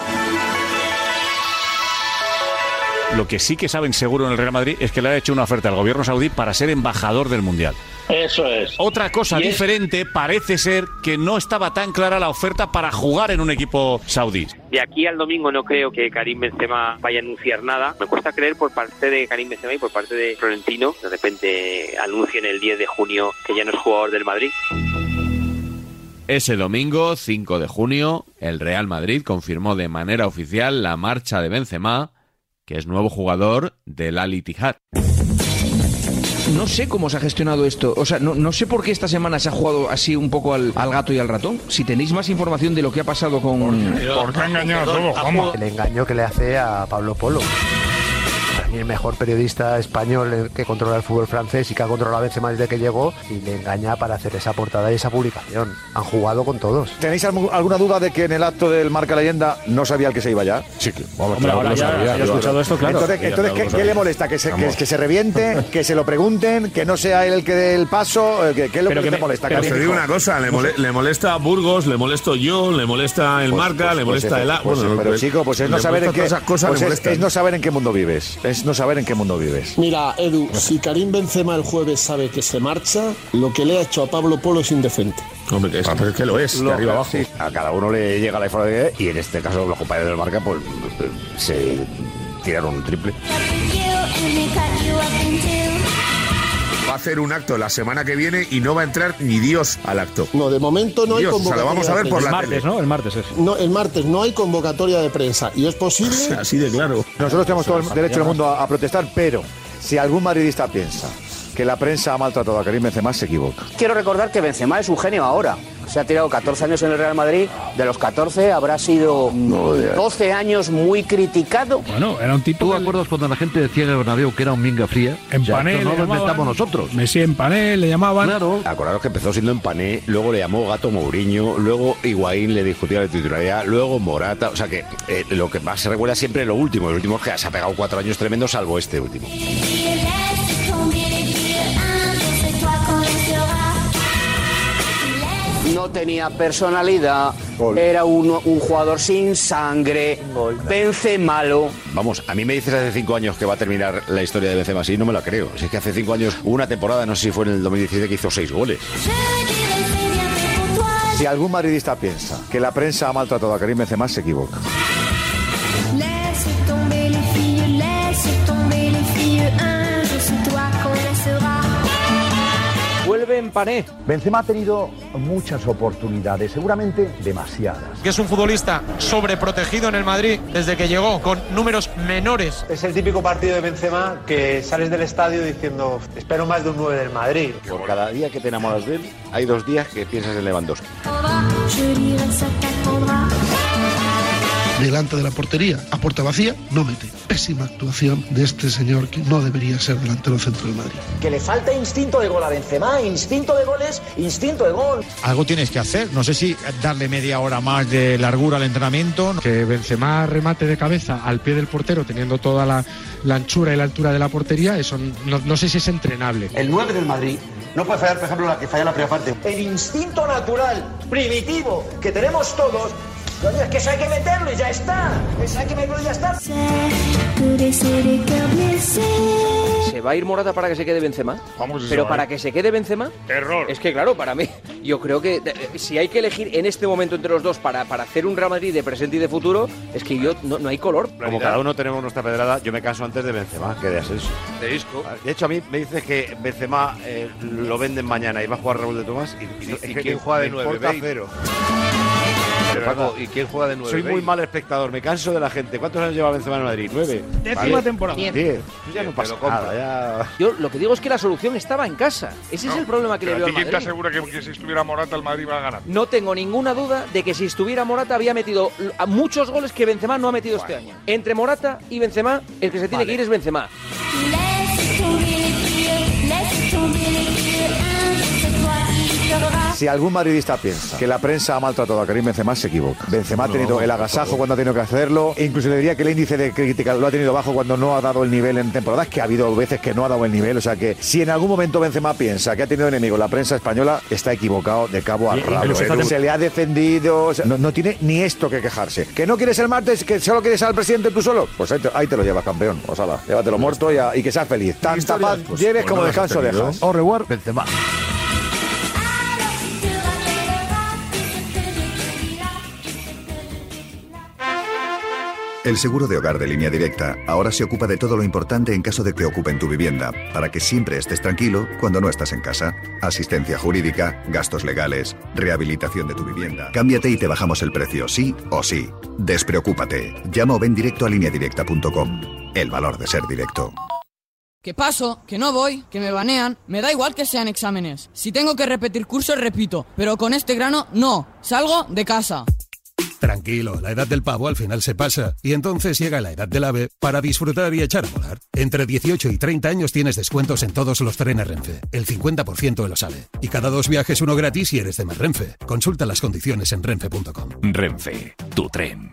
Lo que sí que saben seguro en el Real Madrid es que le ha hecho una oferta al gobierno saudí para ser embajador del Mundial. Eso es. Otra cosa Y es- diferente parece ser que no estaba tan clara la oferta para jugar en un equipo saudí. De aquí al domingo no creo que Karim Benzema vaya a anunciar nada. Me cuesta creer por parte de Karim Benzema y por parte de Florentino. De repente anuncien el 10 de junio que ya no es jugador del Madrid. Ese domingo, 5 de junio, el Real Madrid confirmó de manera oficial la marcha de Benzema, que es nuevo jugador del Al Ittihad. No sé cómo se ha gestionado esto. O sea, no, no sé por qué esta semana se ha jugado así un poco al, al gato y al ratón. Si tenéis más información de lo que ha pasado con... ¿Por qué ha engañado a todos, El engaño que le hace a Pablo Polo. Para mí el mejor periodista español que controla el fútbol francés y que ha controlado a Benzema desde que llegó y le engaña para hacer esa portada y esa publicación. Han jugado con todos. ¿Tenéis algú- alguna duda de que en el acto del Marca Leyenda no sabía el que se iba ya? Sí, Hombre, claro ahora que lo ya- sabía, ya he claro. escuchado esto, claro. Entonces, Mira, entonces, claro que lo ¿qué, qué sabía. le molesta? ¿Que se, que, Vamos. que se reviente? ¿Que se lo pregunten? ¿Que no sea él el que dé el paso? Eh, ¿Qué, qué es lo que, te molesta? Pero Karim? te digo una cosa, le, mole- le molesta a Burgos, le molesto yo, le molesta el Pues- Marca, pues- le pues molesta efe- eh, el... A- pues- bueno, pero le- chico, pues es no le saber en molesta qué todas esas cosas pues le es, molestan. es no saber en qué mundo vives. Es no saber en qué mundo vives. Mira, Edu, si Karim Benzema el jueves sabe que se marcha, lo que le ha hecho a Pablo Polo es indecente. Hombre, que es, que lo es, Lo- de arriba abajo. sí, a cada uno le llega la información y en este caso los compañeros del Marca pues eh, se tiraron un triple. Va a hacer un acto la semana que viene y no va a entrar ni Dios al acto. No, de momento no hay Dios, o sea, convocatoria. lo vamos a ver de por la prensa. tele. ¿no? El martes es. No, el martes no hay convocatoria de prensa y es posible. Así de claro. Nosotros tenemos todo el derecho del mundo a, a protestar, pero si algún madridista piensa que la prensa ha maltratado a Karim Benzema, se equivoca. Quiero recordar que Benzema es un genio ahora. Se ha tirado 14 años en el Real Madrid. De los 14 habrá sido 12 años muy criticado. Bueno, era un tipo. ¿Tú acuerdas cuando la gente decía en el Bernabéu que era un minga fría? En panel no le lo llamaban. inventamos nosotros. Messi en Pané le llamaban. Claro. Acordaros que empezó siendo en Pané, luego le llamó Gato Mourinho, luego Higuaín le discutía la titularidad, luego Morata. O sea que eh, lo que más se recuerda siempre es lo último. El último es que se ha pegado cuatro años tremendos, salvo este último. No tenía personalidad. Era un, un jugador sin sangre. Vence malo. Vamos, a mí me dices hace cinco años que va a terminar la historia de Benzema así, no me la creo. Si es que hace cinco años, hubo una temporada, no sé si fue en el 2017, que hizo seis goles. Si algún madridista piensa que la prensa ha maltratado a Karim Benzema, se equivoca. Laisse tomber les filles, laisse tomber les filles. Un jour c'est toi qu'on laissera. Vuelve en Pané. Benzema ha tenido muchas oportunidades, seguramente demasiadas. que es un futbolista sobreprotegido en el Madrid desde que llegó, con números menores. Es el típico partido de Benzema que sales del estadio diciendo espero más de un 9 del Madrid. Por cada día que te enamoras de él, hay dos días que piensas en Lewandowski. Je lirai ça t'attendra. delante de la portería a puerta vacía, no mete. Pésima actuación de este señor que no debería ser delantero centro del Madrid. Que le falta instinto de gol a Benzema. Instinto de goles, instinto de gol. Algo tienes que hacer, no sé si darle media hora más de largura al entrenamiento. Que Benzema remate de cabeza al pie del portero, teniendo toda la, la anchura y la altura de la portería, eso no, no sé si es entrenable. El 9 del Madrid no puede fallar, por ejemplo, la que falla la primera parte. El instinto natural, primitivo, que tenemos todos. Coño, es que eso hay que meterlo y ya está. Eso hay que meterlo y ya está. ¿Se va a ir Morata para que se quede Benzema? se Pero va a para ir. que se quede Benzema... Error. Es que claro, para mí, yo creo que eh, si hay que elegir en este momento entre los dos para, para hacer un Real Madrid de presente y de futuro, es que yo no, no hay color. Como cada uno tenemos nuestra pedrada, yo me canso antes de Benzema, que de Asensio. De disco. De hecho, a mí me dices que Benzema eh, lo venden mañana y va a jugar Raúl de Tomás y, y- ¿Y- es y que quién me- juega de me nueve, importa Bale? cero. Pero, Paco, ¿y quién juega de nueve, Soy muy Bale? mal espectador, me canso de la gente. ¿Cuántos años lleva Benzema en Madrid? ¿Nueve? Décima temporada. Diez. Diez. Ya Bien, no pasa te lo compro. nada, ya... Yo lo que digo es que la solución estaba en casa. Ese es el problema que le Pero veo ¿a al ti quién te Madrid. asegura que, que si estuviera Morata el Madrid va a ganar? No tengo ninguna duda de que si estuviera Morata había metido l- a muchos goles que Benzema no ha metido este año. Entre Morata y Benzema, el que se tiene que ir es Benzema. Si algún madridista piensa que la prensa ha maltratado a Karim Benzema, se equivoca. Benzema ha tenido el agasajo cuando ha tenido que hacerlo. E incluso le diría que el índice de crítica lo ha tenido bajo cuando no ha dado el nivel en temporadas, que ha habido veces que no ha dado el nivel. O sea que si en algún momento Benzema piensa que ha tenido enemigos la prensa española, está equivocado de cabo a Y- y rabo. los están- Se le ha defendido. o sea, no, no tiene ni esto que quejarse. ¿Que no quieres el martes? ¿Que solo quieres al presidente tú solo? Pues ahí te, ahí te lo llevas, campeón. O sea, va, llévatelo muerto y, a- y que seas feliz. Tanta paz pues, lleves pues como no las has descanso tenido. dejas. O reward, Benzema. El seguro de hogar de línea directa ahora se ocupa de todo lo importante en caso de que ocupen tu vivienda, para que siempre estés tranquilo cuando no estás en casa. Asistencia jurídica, gastos legales, rehabilitación de tu vivienda. Cámbiate y te bajamos el precio, sí o sí. Despreocúpate. Llama o ven directo a lineadirecta.com. El valor de ser directo. Que paso, que no voy, que me banean, me da igual que sean exámenes. Si tengo que repetir cursos, repito, pero con este grano no, salgo de casa. Tranquilo, la edad del pavo al final se pasa y entonces llega la edad del ave para disfrutar y echar a volar. Entre 18 y 30 años tienes descuentos en todos los trenes Renfe, el 50% lo sabe y cada dos viajes uno gratis si eres de más Renfe. Consulta las condiciones en renfe.com. Renfe, tu tren.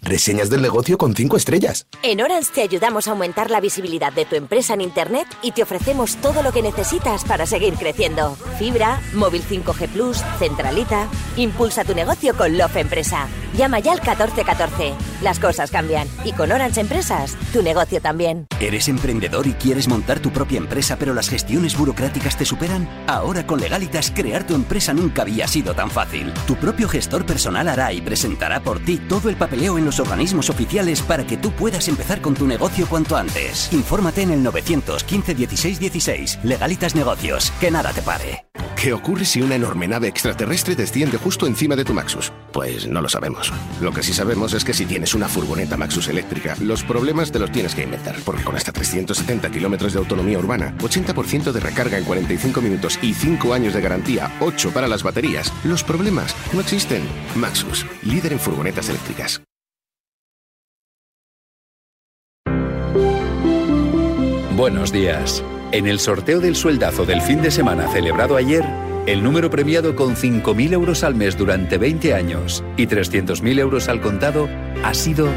Reseñas del negocio con cinco estrellas. En Orange te ayudamos a aumentar la visibilidad de tu empresa en Internet y te ofrecemos todo lo que necesitas para seguir creciendo. Fibra, móvil 5G Plus, centralita. Impulsa tu negocio con Love Empresa. Llama ya al 1414. Las cosas cambian y con Orange Empresas, tu negocio también. ¿Eres emprendedor y quieres montar tu propia empresa pero las gestiones burocráticas te superan? Ahora con Legalitas crear tu empresa nunca había sido tan fácil. Tu propio gestor personal hará y presentará por ti todo el papeleo en los organismos oficiales para que tú puedas empezar con tu negocio cuanto antes. Infórmate en el 915 16 16. Legalitas Negocios. Que nada te pare. ¿Qué ocurre si una enorme nave extraterrestre desciende justo encima de tu Maxus? Pues no lo sabemos. Lo que sí sabemos es que si tienes una furgoneta Maxus eléctrica, los problemas te los tienes que inventar, porque con hasta 370 kilómetros de autonomía urbana, 80% de recarga en 45 minutos y 5 años de garantía, 8 para las baterías, los problemas no existen. Maxus, líder en furgonetas eléctricas. Buenos días. En el sorteo del sueldazo del fin de semana celebrado ayer, el número premiado con 5.000 euros al mes durante 20 años y 300.000 euros al contado ha sido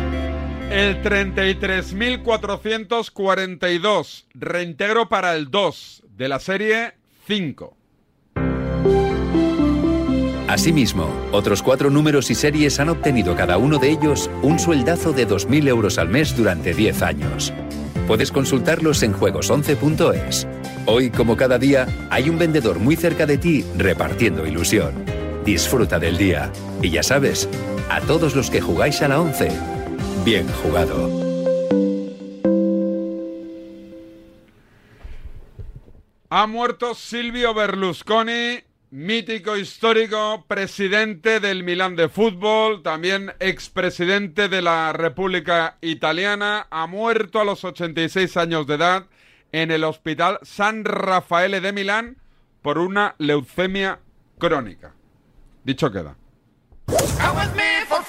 El 33.442. Reintegro para el 2 de la serie 5. Asimismo, otros cuatro números y series han obtenido cada uno de ellos un sueldazo de 2.000 euros al mes durante 10 años. Puedes consultarlos en juegos11.es. Hoy, como cada día, hay un vendedor muy cerca de ti repartiendo ilusión. Disfruta del día. Y ya sabes, a todos los que jugáis a la 11, bien jugado. Ha muerto Silvio Berlusconi, mítico histórico, presidente del Milán de fútbol, también expresidente de la República Italiana. Ha muerto a los 86 años de edad en el Hospital San Rafael de Milán por una leucemia crónica. Dicho queda. Come with me for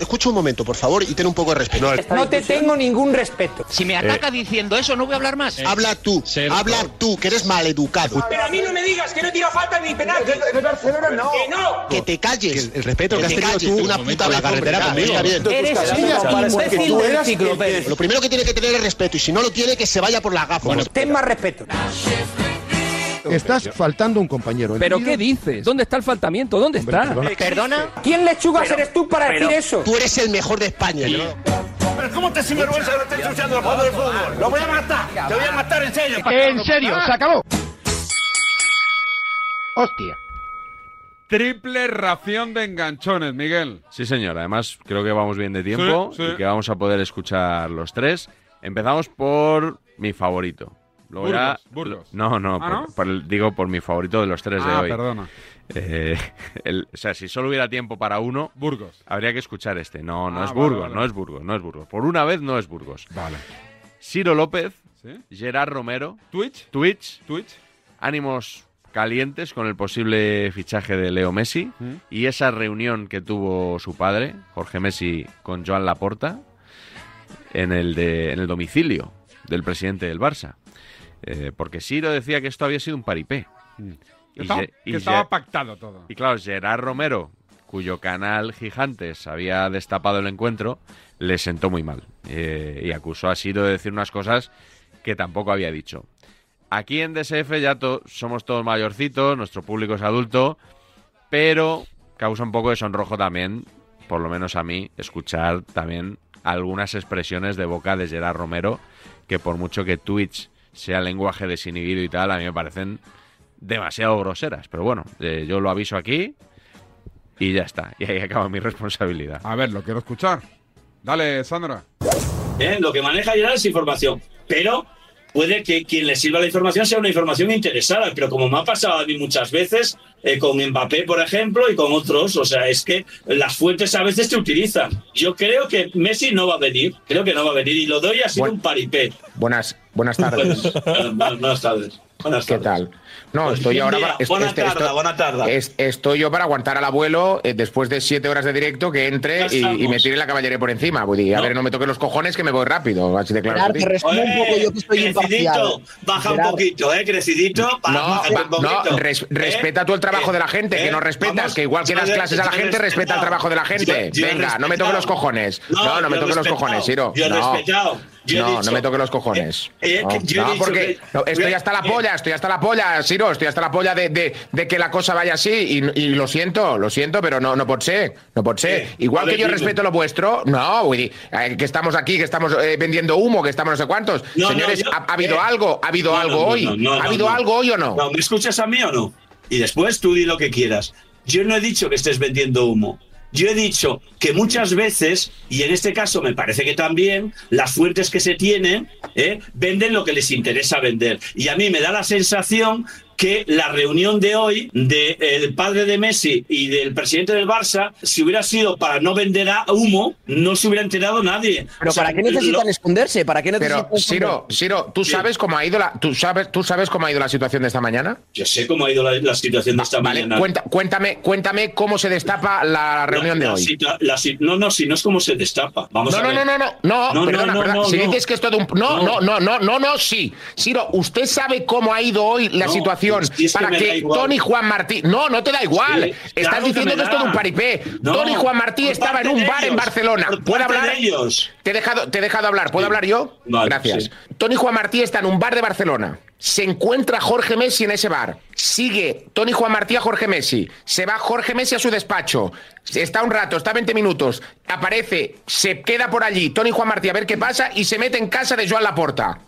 Escucha un momento, por favor, y ten un poco de respeto. No te tengo ningún respeto. Si me ataca diciendo eso, no voy a hablar más. Habla tú, ah, habla tú, que eres maleducado. Pero a mí no me digas que no tira falta ni penalti. Barcelona no. Que no. Que te calles. el respeto que que, has te tenido calles, tú una un momento, puta vez, la carretera hombre, conmigo. ya, bien. Eres Tus un casillas, imbécil porque tú del eras el que- enciclopedia. Lo primero que tiene que tener es respeto y si no lo tiene que se vaya por la gafa. Bueno, ten más respeto. Estás faltando un compañero. ¿Pero qué dices? ¿Dónde está el faltamiento? ¿Dónde está? ¿Perdona? ¿Quién lechuga Pero- eres tú para pero- decir eso? Tú eres el mejor de España. Pero ¿cómo te sinvergüenza lo estás ensuciando el juego del fútbol? Lo voy a matar, te voy a matar en serio. Ah, Eh, En serio, se acabó. Hostia. Triple ración de enganchones, Miguel. Sí, señor. Además, creo que vamos bien de tiempo Sí, sí. y que vamos a poder escuchar los tres. Empezamos por mi favorito. Luego ya- Burgos, Burgos. No, no, Ah, por- por el- digo por mi favorito de los tres de Ah, hoy. perdona. Eh, el- o sea, si solo hubiera tiempo para uno, Burgos. habría que escuchar este. No, no Ah, es vale, Burgos, vale. no es Burgos, no es Burgos. Por una vez no es Burgos. Vale. Ciro López, ¿Sí? Gerard Romero, Twitch, Twitch, Twitch. ánimos calientes con el posible fichaje de Leo Messi ¿Mm? y esa reunión que tuvo su padre, Jorge Messi, con Joan Laporta en el, de- en el domicilio del presidente del Barça. Eh, porque Ciro decía que esto había sido un paripé. Y Mm. Estaba- Ge- y que estaba Ge- pactado todo. y claro, Gerard Romero, cuyo canal Gigantes había destapado el encuentro, le sentó muy mal. eh, y acusó a Siro de decir unas cosas que tampoco había dicho. Aquí en DSF ya to- somos todos mayorcitos, nuestro público es adulto, pero causa un poco de sonrojo también, por lo menos a mí, escuchar también algunas expresiones de boca de Gerard Romero, que por mucho que Twitch sea lenguaje desinhibido y tal, a mí me parecen demasiado groseras. Pero bueno, eh, yo lo aviso aquí y ya está. Y ahí acaba mi responsabilidad. A ver, lo quiero escuchar. Dale, Sandra. ¿eh? Lo que maneja Gerard es información, pero puede que quien le sirva la información sea una información interesada, pero como me ha pasado a mí muchas veces, eh, con Mbappé, por ejemplo, y con otros, o sea, es que las fuentes a veces se utilizan. Yo creo que Messi no va a venir, creo que no va a venir, y lo doy ha sido un paripé. Buenas, buenas tardes. buenas tardes. ¿Qué tal? No, estoy Pues bien, ahora. mira, para- es- buena este- tarda, estoy- buena tarda. es- estoy yo para aguantar al abuelo eh, después de siete horas de directo que Ya entre y, estamos. y me tire la caballería por encima. Voy a decir, a ver, no me toques los cojones que me voy rápido. Así de claro. que Gerard, sí. te respondo un poco, yo que estoy imparcial. Baja un poquito, eh, crecidito. No, baja va- un poquito. no, res- respeta tú el trabajo de la gente, que no respetas, que igual que yo das he- clases a la yo he gente, respeta el respetado. trabajo de la gente. Yo- yo he Venga, no me toques los respetado. cojones. No, No, no, yo me he toques los respetado. cojones, Ciro. Yo he no. respetado. Yo he no, dicho- no me toques los cojones. eh, no, que yo he no, dicho porque que- no, estoy que- hasta la eh. polla, estoy hasta la polla, Ciro, estoy hasta la polla de, de- de que la cosa vaya así y, y lo siento, lo siento, pero no, no pot ser, no pot ser. Igual vale, que yo Eh, dime. respeto lo vuestro, no, vull dir, eh, que estamos aquí, que estamos eh, vendiendo humo, que estamos no sé cuántos. No, no, Señores, yo- ha, ha habido eh. algo, ha habido No, no, algo no, hoy, no, no, ha no, habido no. algo hoy o no. No, ¿me escuchas a mí o no? Y después tú di lo que quieras. Yo no he dicho que estés vendiendo humo. Yo he dicho que muchas veces, y en este caso me parece que también, las fuentes que se tienen ¿eh? venden lo que les interesa vender. Y a mí me da la sensación que la reunión de hoy del padre de Messi y del presidente del Barça, si hubiera sido para no vender a humo, no se hubiera enterado nadie. Pero O sea, ¿para qué necesitan lo- esconderse? ¿Para qué necesitan Pero Ciro, Ciro, ¿tú sabes cómo ha ido la tú sabes tú sabes cómo ha ido la situación de esta mañana? Yo sé cómo ha ido la, la situación de esta Vale, mañana. cuenta- cuéntame, cuéntame cómo se destapa la reunión La- de la hoy. situa- la si- no, no, si no es como se destapa. Vamos no, a no, ver. no, no, no, no, perdona, perdona. si dices que es todo un. No, no, no, no, no, no, sí. Ciro, usted sabe cómo ha ido hoy la No, situación si es que para me da que, igual. Tony Juan Martí. No, no te da igual. Sí, Estás claro que diciendo me que, es da. todo un paripé. No, Tony Juan Martí por estaba en parte un de bar en ellos, Barcelona. por ¿Puedo parte hablar? de ellos. Te he dejado, te he dejado hablar. ¿Puedo hablar yo? Vale, Gracias. sí. Tony Juan Martí está en un bar de Barcelona. Se encuentra Jorge Messi en ese bar. Sigue Tony Juan Martí a Jorge Messi. Se va Jorge Messi a su despacho. Está un rato, está 20 minutos. Aparece, se queda por allí Tony Juan Martí a ver qué pasa y se mete en casa de Joan Laporta.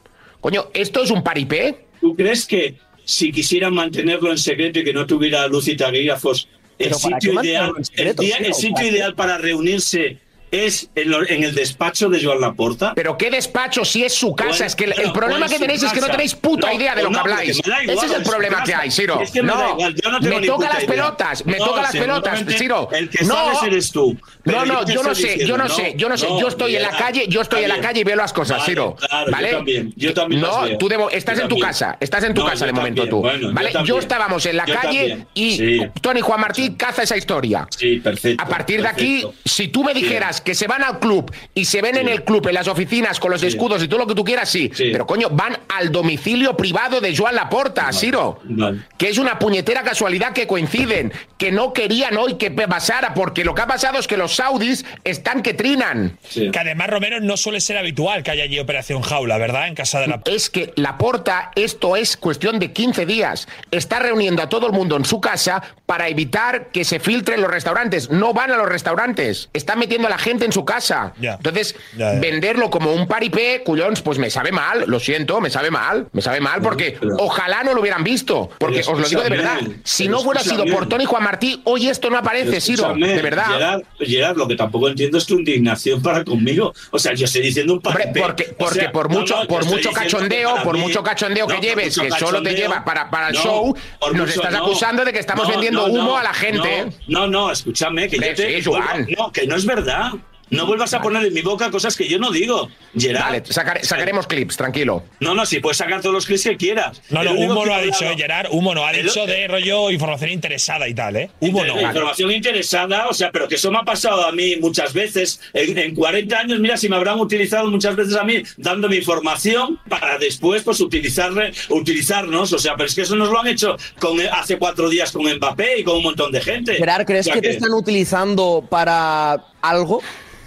Coño, ¿esto es un paripé? ¿Tú crees que si quisieran mantenerlo en secreto y que no tuviera luz y taquígrafos, el Pero ¿para qué sitio, mantenerlo ideal, en el, secreto, día- tío? el sitio ¿Para qué? ideal para reunirse es en, lo- en el despacho de Joan Laporta. Pero qué despacho si es su casa. Bueno, es que el, el bueno, problema pues que su tenéis es que no casa. tenéis puta No, idea de lo no, que porque habláis. me da igual, Ese es el es su problema que casa. hay, Ciro. Es que me no, da igual, yo no tengo me ni toca puta las idea. pelotas, me No, toca las seguramente pelotas, Ciro. el que no, sabes eres tú, pero No, no, yo te yo no estoy sé, yo diciendo, no sé, yo no sé. no, Yo estoy en la Miguel, calle, yo estoy en la está calle y veo las cosas, Vale, Ciro. claro, yo ¿Vale? también, yo también las No, veo. tú debo, estás Yo en tu también. casa, estás en tu No, casa yo de momento también, tú. bueno, yo ¿Vale? Yo también. estábamos en la Yo calle también, y sí. Tony Juan Martí caza esa historia. Sí, perfecto. A partir de aquí, perfecto. si tú me Sí. dijeras que se van al club y se ven en el club, en las oficinas, con los escudos y todo lo que tú quieras, sí. Pero coño, van al domicilio privado de Joan Laporta, Ciro. Vale. Que es una puñetera casualidad que coinciden, que no querían hoy que pe- pasara, porque lo que ha pasado es que los saudis están que trinan. Que además, Romero, no suele ser habitual que haya allí operación jaula, ¿verdad? En casa de la... Es que Laporta, esto es cuestión de 15 días, está reuniendo a todo el mundo en su casa para evitar que se filtren los restaurantes. No van a los restaurantes, están metiendo a la gente en su casa. Ya. Entonces, Ya, ya. venderlo como un paripé, cuyons, pues me sabe mal, lo siento, me sabe mal, me sabe mal porque ojalá no lo hubieran visto, porque Pero os lo digo de verdad, escúchame, si pero no hubiera sido escúchame. por Tony Juan Martí, hoy esto no aparece, Ciro, Escúchame, de verdad. Gerard, Gerard, lo que tampoco entiendo es tu indignación para conmigo. O sea, yo estoy diciendo un paripé. porque- O porque sea, por mucho- yo por estoy mucho diciendo que cachondeo, para por mucho cachondeo que por lleves, mucho que solo te lleva para- para el show, por nos estás acusando de que estamos vendiendo humo a la gente. No, no, no, escúchame, que Hombre, yo te. sí, Joan. bueno, no, que no es verdad. No vuelvas a poner en mi boca cosas que yo no digo, Gerard. Vale, sacar- sacaremos clips, tranquilo. No, no, si puedes sacar todos los clips que quieras. No, no, El único humo que no he ha dicho, hablado- eh, Gerard, humo no, ha El- dicho de rollo información interesada y tal, ¿eh? Humo no. Inter- Información interesada, o sea, pero que eso me ha pasado a mí muchas veces. En, en 40 años, mira, si me habrán utilizado muchas veces a mí dándome información para después, pues, utilizarle, utilizarnos. O sea, pero es que eso nos lo han hecho con, eh, hace cuatro días con Mbappé y con un montón de gente. Gerard, ¿crees O sea que te están utilizando para algo?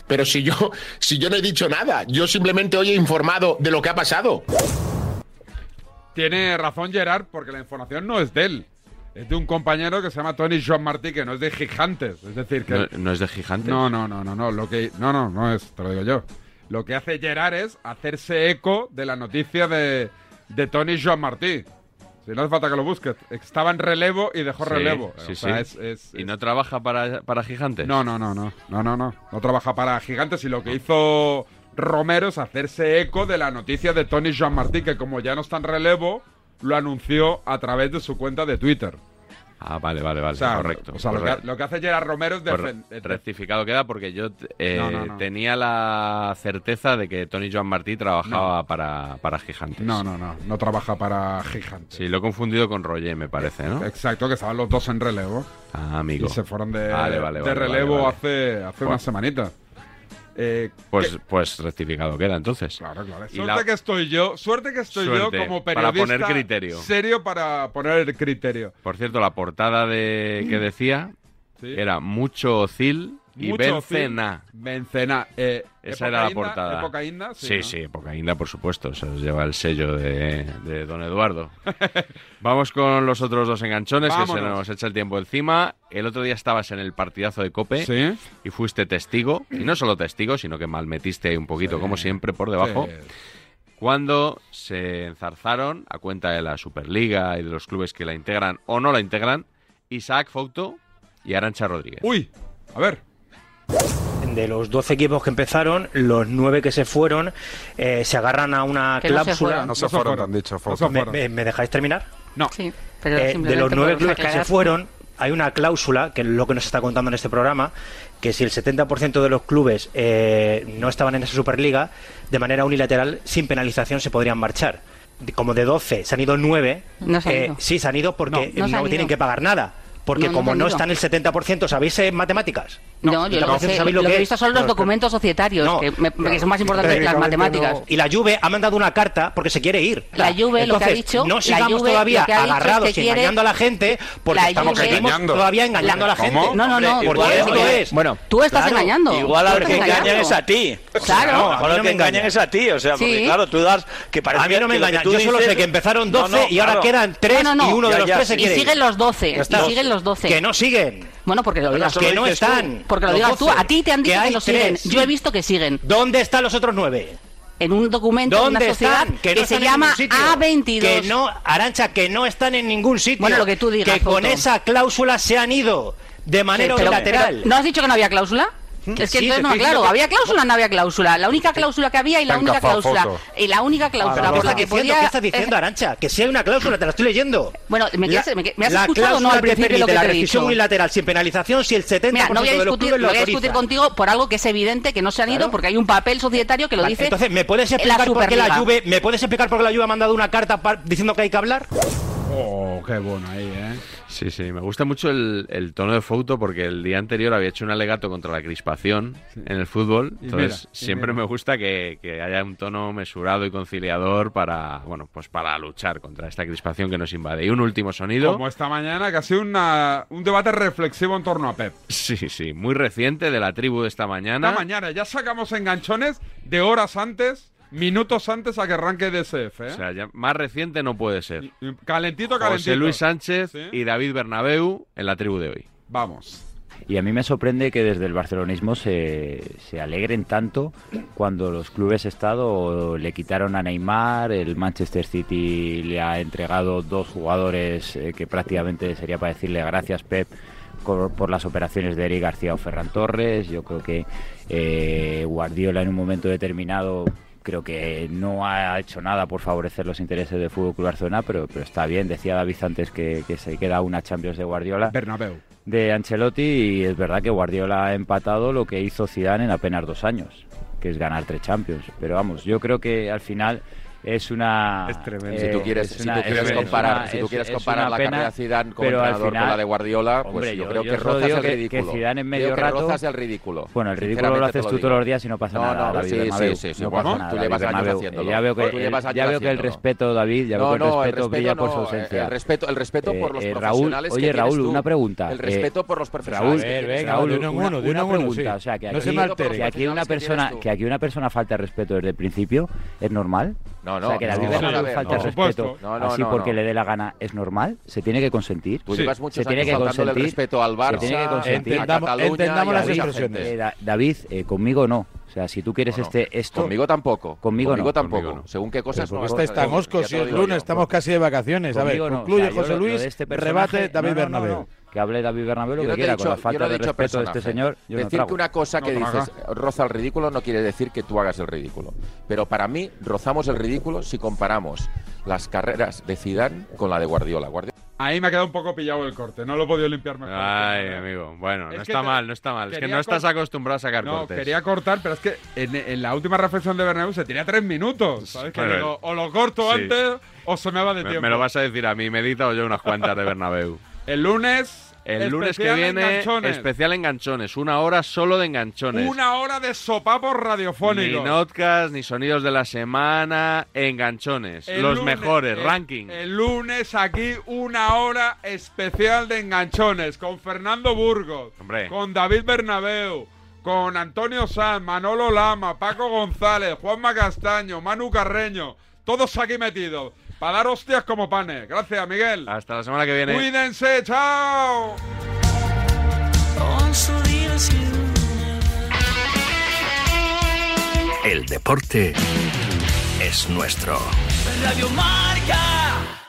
Pero si yo, si yo no he dicho nada, yo simplemente hoy he informado de lo que ha pasado. Tiene razón Gerard porque la información no es de él. Es de un compañero que se llama Tony Joan Martí, que no es de Gigantes. Es decir, que... No, no es de gigante. No, no, no, no, no. Lo que no, no, no es. Te lo digo yo. Lo que hace Gerard es hacerse eco de la noticia de, de Tony Joan Martí. Si no hace falta que lo busques. Estaba en relevo y dejó relevo. Sí, O sea, sí. es- es- ¿Y no trabaja para, para gigantes? no, no, no, no, no, no, no. No trabaja para gigantes y lo que hizo Romero es hacerse eco de la noticia de Tony Jean Martí, que como ya no está en relevo, lo anunció a través de su cuenta de Twitter. Ah, vale, vale, vale. O sea, correcto. o sea, lo, que, correcto. lo que hace Gerard Romero es Corre- defender. rectificado queda porque yo eh, No, no, no. tenía la certeza de que Tony Joan Martí trabajaba para, para gigantes. No, no, no. No trabaja para Gigantes. Sí, lo he confundido con Roger, me parece, ¿no? Exacto, que estaban los dos en relevo. Ah, amigo. Eh, Y se fueron de, Vale, vale, de vale, relevo vale, vale. hace, hace Bueno. unas semanitas. Eh, Pues, pues rectificado queda entonces. Claro, claro. Y Suerte la- que estoy yo, suerte que estoy Suerte, yo como para periodista. poner criterio. Serio para poner el criterio. Por cierto, la portada de que decía Sí. era mucho ocil y Mucho bencena. fin. Bencena. eh, Esa época era la inda- portada. época inda, Ah, sí, sí, ¿no? sí, época inda, por supuesto. Se os lleva el sello de, de don Eduardo. Vamos con los otros dos enganchones que se Vámonos. nos echa el tiempo encima. El otro día estabas en el partidazo de Cope Sí. y fuiste testigo. Y no solo testigo, sino que malmetiste ahí un poquito, como siempre, por debajo. Cuando se enzarzaron, a cuenta de la Superliga y de los clubes que la integran o no la integran, Isaac Fouto y Arancha Rodríguez. Uy, a ver. De los 12 equipos que empezaron, los 9 que se fueron eh, se agarran a una Que no se cláusula. fueron. No se fueron, te han dicho, Fausto. ¿Me, me- me dejáis terminar? No. Sí, pero de simplemente los nueve por clubes que se hackear. fueron, hay una cláusula, que es lo que nos está contando en este programa, que si el 70% de los clubes eh, no estaban en esa Superliga, de manera unilateral, sin penalización, se podrían marchar. De- Como de 12 se han ido 9, No se han ido. sí se han ido porque No. No no, se han tienen ido. que pagar nada. Porque No, no se como han no ido. están el 70%, ¿sabéis eh, matemáticas? No, yo lo que, 70% sé- ¿sabéis lo que he es? visto son los Pero- pero- documentos societarios, que, me- que son más importantes que las matemáticas. y la Juve ha mandado una carta porque se quiere ir. La Juve lo que ha Entonces, dicho- la No sigamos Juve todavía lo que ha dicho es agarrados que y quiere- engañando a la gente porque La estamos Juve- seguimos Engañando. todavía engañando a la ¿Cómo? gente. No, no, no, Hombre, igual Porque es esto Miguel. es. Bueno, Tú estás engañando. Igual Tú al estás que engañando. engañan es a ti. Claro. No, A mí igual al no que me engañan engañan. es a ti. O sea, porque Sí. claro, tú das que parece A mí no me que lo que engañan. tú Yo solo dices- sé que empezaron 12 No, no, y ahora claro. quedan 3 No, no, no. y uno de Ya, los ya, 3 se sí. quiere Y ir. siguen los 12. Ya está. Y siguen los 12. Que no siguen. Bueno, porque lo Pero digas eso tú. lo dices tú. Porque lo Los digas tú. 12. A ti te han dicho Que que, hay lo siguen. tres. Yo he visto que siguen. ¿Dónde están los otros 9? En un documento de ¿Dónde una sociedad están? que, no se están en llama ningún sitio. A22. Que no, Arancha, que no están en ningún sitio. Bueno, lo que tú digas, Que con Fouto. esa cláusula se han ido de manera Sí, pero- unilateral. ¿Mm? pero- ¿No has dicho que no había cláusula? Es que Sí, te entonces no, estoy claro, diciendo que- había cláusula, no había cláusula. La única cláusula que había y la Tan única cafafoso. cláusula. Y la única cláusula por la ¿Qué que estás diciendo? ¿Qué podía. estás diciendo, Arancha? Que si hay una cláusula, te la estoy leyendo. Bueno, ¿me, La- quieres- me, que- me has la escuchado o no cláusula al principio permite lo que la te he rescisión dicho? unilateral sin penalización si el 70% Mira, no voy a de los discutir, clubes no lo voy a autoriza. discutir contigo por algo que es evidente que no se han ido porque hay un papel societario que lo Vale, dice. Entonces, ¿me puedes la explicar por qué la Superliga. Juve, ¿me puedes explicar por qué la Juve ha mandado una carta pa- diciendo que hay que hablar? Oh, qué bueno ahí, ¿eh? Sí, sí, me gusta mucho el, el tono de Fouto porque el día anterior había hecho un alegato contra la crispación en el fútbol. Y Entonces, mira, y siempre mira. me gusta que, que haya un tono mesurado y conciliador para, bueno, pues para luchar contra esta crispación que nos invade. Y un último sonido. Como esta mañana, que ha sido una- un debate reflexivo en torno a Pep. Sí, sí, muy reciente de la tribu de esta mañana. Esta mañana ya sacamos enganchones de horas antes, minutos antes a que arranque DSF. ¿eh? O sea, ya más reciente no puede ser. calentito, calentito. José Luis Sánchez Sí. y David Bernabeu en la tribu de hoy. Vamos. Y a mí me sorprende que desde el barcelonismo se, se alegren tanto cuando los clubes Estado le quitaron a Neymar, el Manchester City le ha entregado dos jugadores eh, que prácticamente sería para decirle gracias Pep cor- por las operaciones de Eric García o Ferran Torres. Yo creo que eh, Guardiola en un momento determinado creo que no ha hecho nada por favorecer los intereses del Fútbol Club Barcelona, pero, pero está bien. Decía David antes que, que se queda una Champions de Guardiola Bernabéu. de Ancelotti y es verdad que Guardiola ha empatado lo que hizo Zidane en apenas dos años, que es ganar tres Champions. Pero vamos, yo creo que al final es una Es tremendo. eh, Si tú quieres- es si tú quieres es comparar- una- si tú es- quieres es comparar una la pena, carrera de Zidane como pero al entrenador con final- la de Guardiola, pues hombre, yo creo que solo rozas digo el que- ridículo. que Zidane en Creo medio que rato rozas el ridículo. Bueno, el ridículo lo Sinceramente haces te tú digo. todos los días y no pasa No, nada. no, David sí, Bernabéu. sí, sí, sí, no bueno, pasa nada. tú David llevas años Bernabéu. haciéndolo. Ya veo que, Tú llevas el, ya años veo que el haciéndolo. respeto, David, ya veo No, que el no, el respeto respeto brilla por su no, eh, ausencia. Eh, el respeto- el respeto por los profesionales que Raúl, Oye, tienes Raúl, tú. una pregunta. Eh, El respeto por los profesionales Raúl, que tienes tú. Raúl, eh, De uno en una, uno, de una uno en uno, pregunta. sí. O sea, que No se aquí, maltere. que aquí Profesionales una que tienes persona, tú. que aquí una persona falta el respeto desde el principio, ¿es normal? No, no, O sea, que David no, Bernabéu vamos a ver, falta no. el Por supuesto. respeto No, no, así no, porque no. le dé la gana, ¿es normal? ¿Se tiene que consentir? Tú llevas muchos Se tiene años que faltándole el consentir. respeto al Se tiene que Barça, consentir. a Entendamos- Cataluña entendamos y a las mucha expresiones. gente. Eh, Da- David, eh, conmigo no. O sea, si tú quieres este esto... Conmigo tampoco. Conmigo, Conmigo no. tampoco. Según qué cosas Pero no este por vas supuesto. a Está hacer. Mosco, Ya si te lo es digo lunes, yo. Estamos casi de vacaciones. A ver, Conmigo no. O concluye sea, yo José lo- lo de Luis, este personaje- rebate David no, no, no, Bernabéu. no. Que hable David Bernabéu lo Yo que no te he quiera, dicho- con la yo no falta he de dicho respeto de este personaje. señor, yo no decir trago. que una cosa que No trago. dices roza el ridículo no quiere decir que tú hagas el ridículo. Pero para mí rozamos el ridículo si comparamos las carreras de Zidane con la de Guardiola. Guardiola Ahí me ha quedado un poco pillado el corte, no lo he podido limpiar mejor. Ay, amigo. Bueno, Es no que está te- mal, no está mal. Es que quería no estás con- acostumbrado a sacar No, cortes. quería cortar, pero es que en, en la última reflexión de Bernabéu se tenía tres minutos. ¿sabes? Que Bueno, digo, o lo corto sí. antes o se me va de Me, tiempo. me lo vas a decir a mí, me he editado yo unas cuantas de Bernabéu. El lunes. El lunes que especial viene, enganchones. especial enganchones. Una hora solo de enganchones. Una hora de sopapos ni radiofónicos. podcast, ni sonidos de la semana, enganchones. El los lunes, eh, mejores, el- ranking. El lunes aquí una hora especial de enganchones con Fernando Burgos, Hombre. con David Bernabeu, con Antonio Sanz, Manolo Lama, Paco González, Juanma Castaño, Manu Carreño, todos aquí metidos para dar hostias como panes. Gracias, Miguel. Hasta la semana que viene. Cuídense, chao. El deporte es nuestro. Radio Marca.